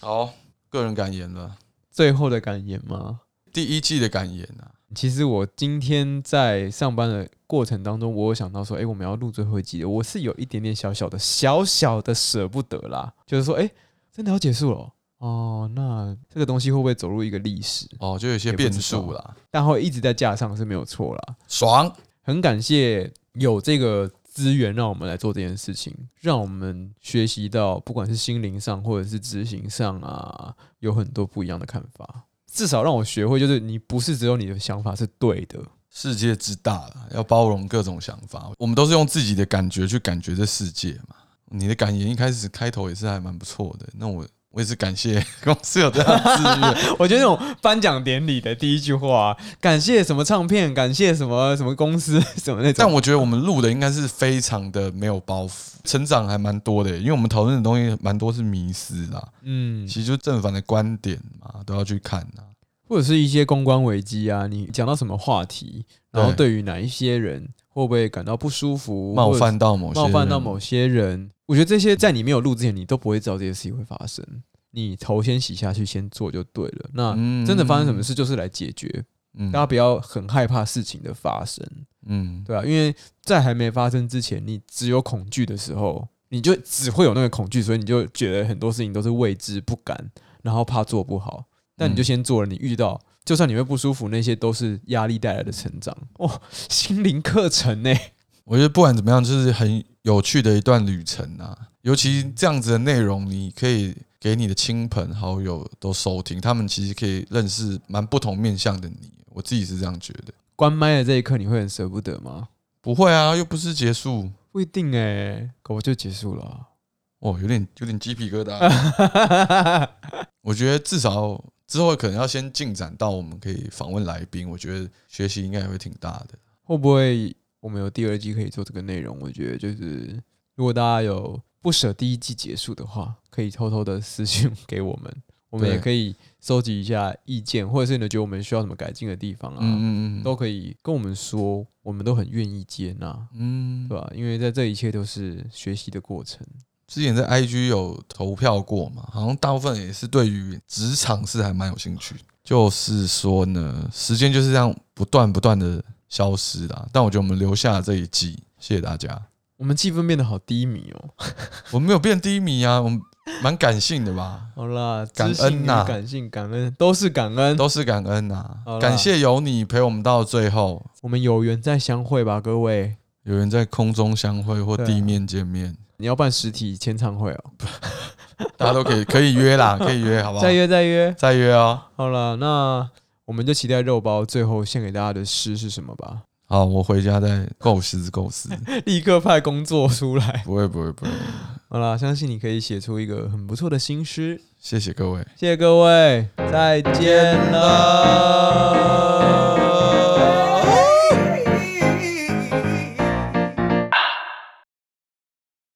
Speaker 2: 好，个人感言了，
Speaker 1: 最后的感言吗？
Speaker 2: 第一季的感言啊，
Speaker 1: 其实我今天在上班的过程当中，我有想到说，哎、我们要录最后一集了，我是有一点点小小的、小小的舍不得啦，就是说，哎、真的要结束了哦哦，那这个东西会不会走入一个历史？
Speaker 2: 哦，就有一些
Speaker 1: 也不
Speaker 2: 变
Speaker 1: 知
Speaker 2: 数啦，
Speaker 1: 但会一直在架上是没有错啦。
Speaker 2: 爽，
Speaker 1: 很感谢有这个资源让我们来做这件事情，让我们学习到不管是心灵上或者是执行上啊，有很多不一样的看法。至少让我学会，就是你不是只有你的想法是对的， [LAUGHS]
Speaker 2: 世界之大啦，要包容各种想法。我们都是用自己的感觉去感觉这世界嘛。你的感言一开始开头也是还蛮不错的，那我我也是感谢 [LAUGHS] 公司有这样的资源。
Speaker 1: 我觉得那种颁奖典礼的第一句话、感谢什么唱片，感谢什么什么公司，什么那
Speaker 2: 但
Speaker 1: 种。
Speaker 2: 我觉得我们录的应该是非常的没有包袱，成长还蛮多的、因为我们讨论的东西蛮多是迷思啦，
Speaker 1: 嗯，
Speaker 2: 其实就正反的观点嘛，都要去看啊。
Speaker 1: 或者是一些公关危机啊，你讲到什么话题，然后对于哪一些人会不会感到不舒服，
Speaker 2: 冒犯到某些
Speaker 1: 冒犯到
Speaker 2: 人
Speaker 1: 某些人。我觉得这些在你没有录之前，你都不会知道这些事情会发生。你头先洗下去，先做就对了。那
Speaker 2: 嗯
Speaker 1: 真的发生什么事，就是来解决。
Speaker 2: 嗯
Speaker 1: 大家不要很害怕事情的发生，
Speaker 2: 嗯
Speaker 1: 对啊，因为在还没发生之前，你只有恐惧的时候，你就只会有那个恐惧，所以你就觉得很多事情都是未知、不敢，然后怕做不好。
Speaker 2: 嗯
Speaker 1: 但你就先做了，你遇到，就算你会不舒服，那些都是压力带来的成长。哦，心灵课程呢、
Speaker 2: 我觉得不管怎么样，就是很有趣的一段旅程啊。尤其这样子的内容，你可以给你的亲朋好友都收听，他们其实可以认识蛮不同面向的你。我自己是这样觉得。
Speaker 1: 关麦的这一刻，你会很舍不得吗？
Speaker 2: 不会啊，又不是结束
Speaker 1: 不一定哎、搞不好就结束了啊。
Speaker 2: 哦，有点有点鸡皮疙瘩。
Speaker 1: 啊 [LAUGHS]
Speaker 2: 我觉得至少之后可能要先进展到我们可以访问来宾，我觉得学习应该也会挺大的。
Speaker 1: 会不会我们有第二季可以做这个内容？我觉得就是，如果大家有不舍第一季结束的话，可以偷偷的私信给我 [LAUGHS] 们，我们
Speaker 2: 对
Speaker 1: 也可以收集一下意见，或者是你觉得我们需要什么改进的地方啊，
Speaker 2: 嗯嗯嗯，
Speaker 1: 都可以跟我们说，我们都很愿意接纳，
Speaker 2: 嗯
Speaker 1: 对，吧、因为在这一切都是学习的过程。
Speaker 2: 之前在 IG 有投票过嘛，好像大部分也是对于职场是还蛮有兴趣。就是说呢，时间就是这样不断不断的消失啦。但我觉得我们留下这一季，谢谢大家。
Speaker 1: 我们气氛变得好低迷哦。
Speaker 2: 我们没有变低迷啊，我们蛮感性的吧，
Speaker 1: 好啦，
Speaker 2: 感
Speaker 1: 知性
Speaker 2: 恩呐
Speaker 1: 与感性、感恩都是感恩。
Speaker 2: 都是感恩呐、
Speaker 1: 好啦
Speaker 2: 感谢有你陪我们到最后，
Speaker 1: 我们有缘再相会吧，各位。
Speaker 2: 有人在空中相会或
Speaker 1: 对啊
Speaker 2: 地面见面，
Speaker 1: 你要办实体签唱会哦，
Speaker 2: 大家都可以可以约
Speaker 1: [LAUGHS]
Speaker 2: 啦，可以约好不好？
Speaker 1: 再约再约。
Speaker 2: 再约哦。
Speaker 1: 好了，那我们就期待肉包最后献给大家的诗是什么吧。
Speaker 2: 好，我回家再构思构思。
Speaker 1: [LAUGHS] 立刻派工作出来。
Speaker 2: 不会不会不会，
Speaker 1: 好啦，相信你可以写出一个很不错的新诗。
Speaker 2: 谢谢各位。
Speaker 1: 谢谢各位，再见了。
Speaker 2: 哦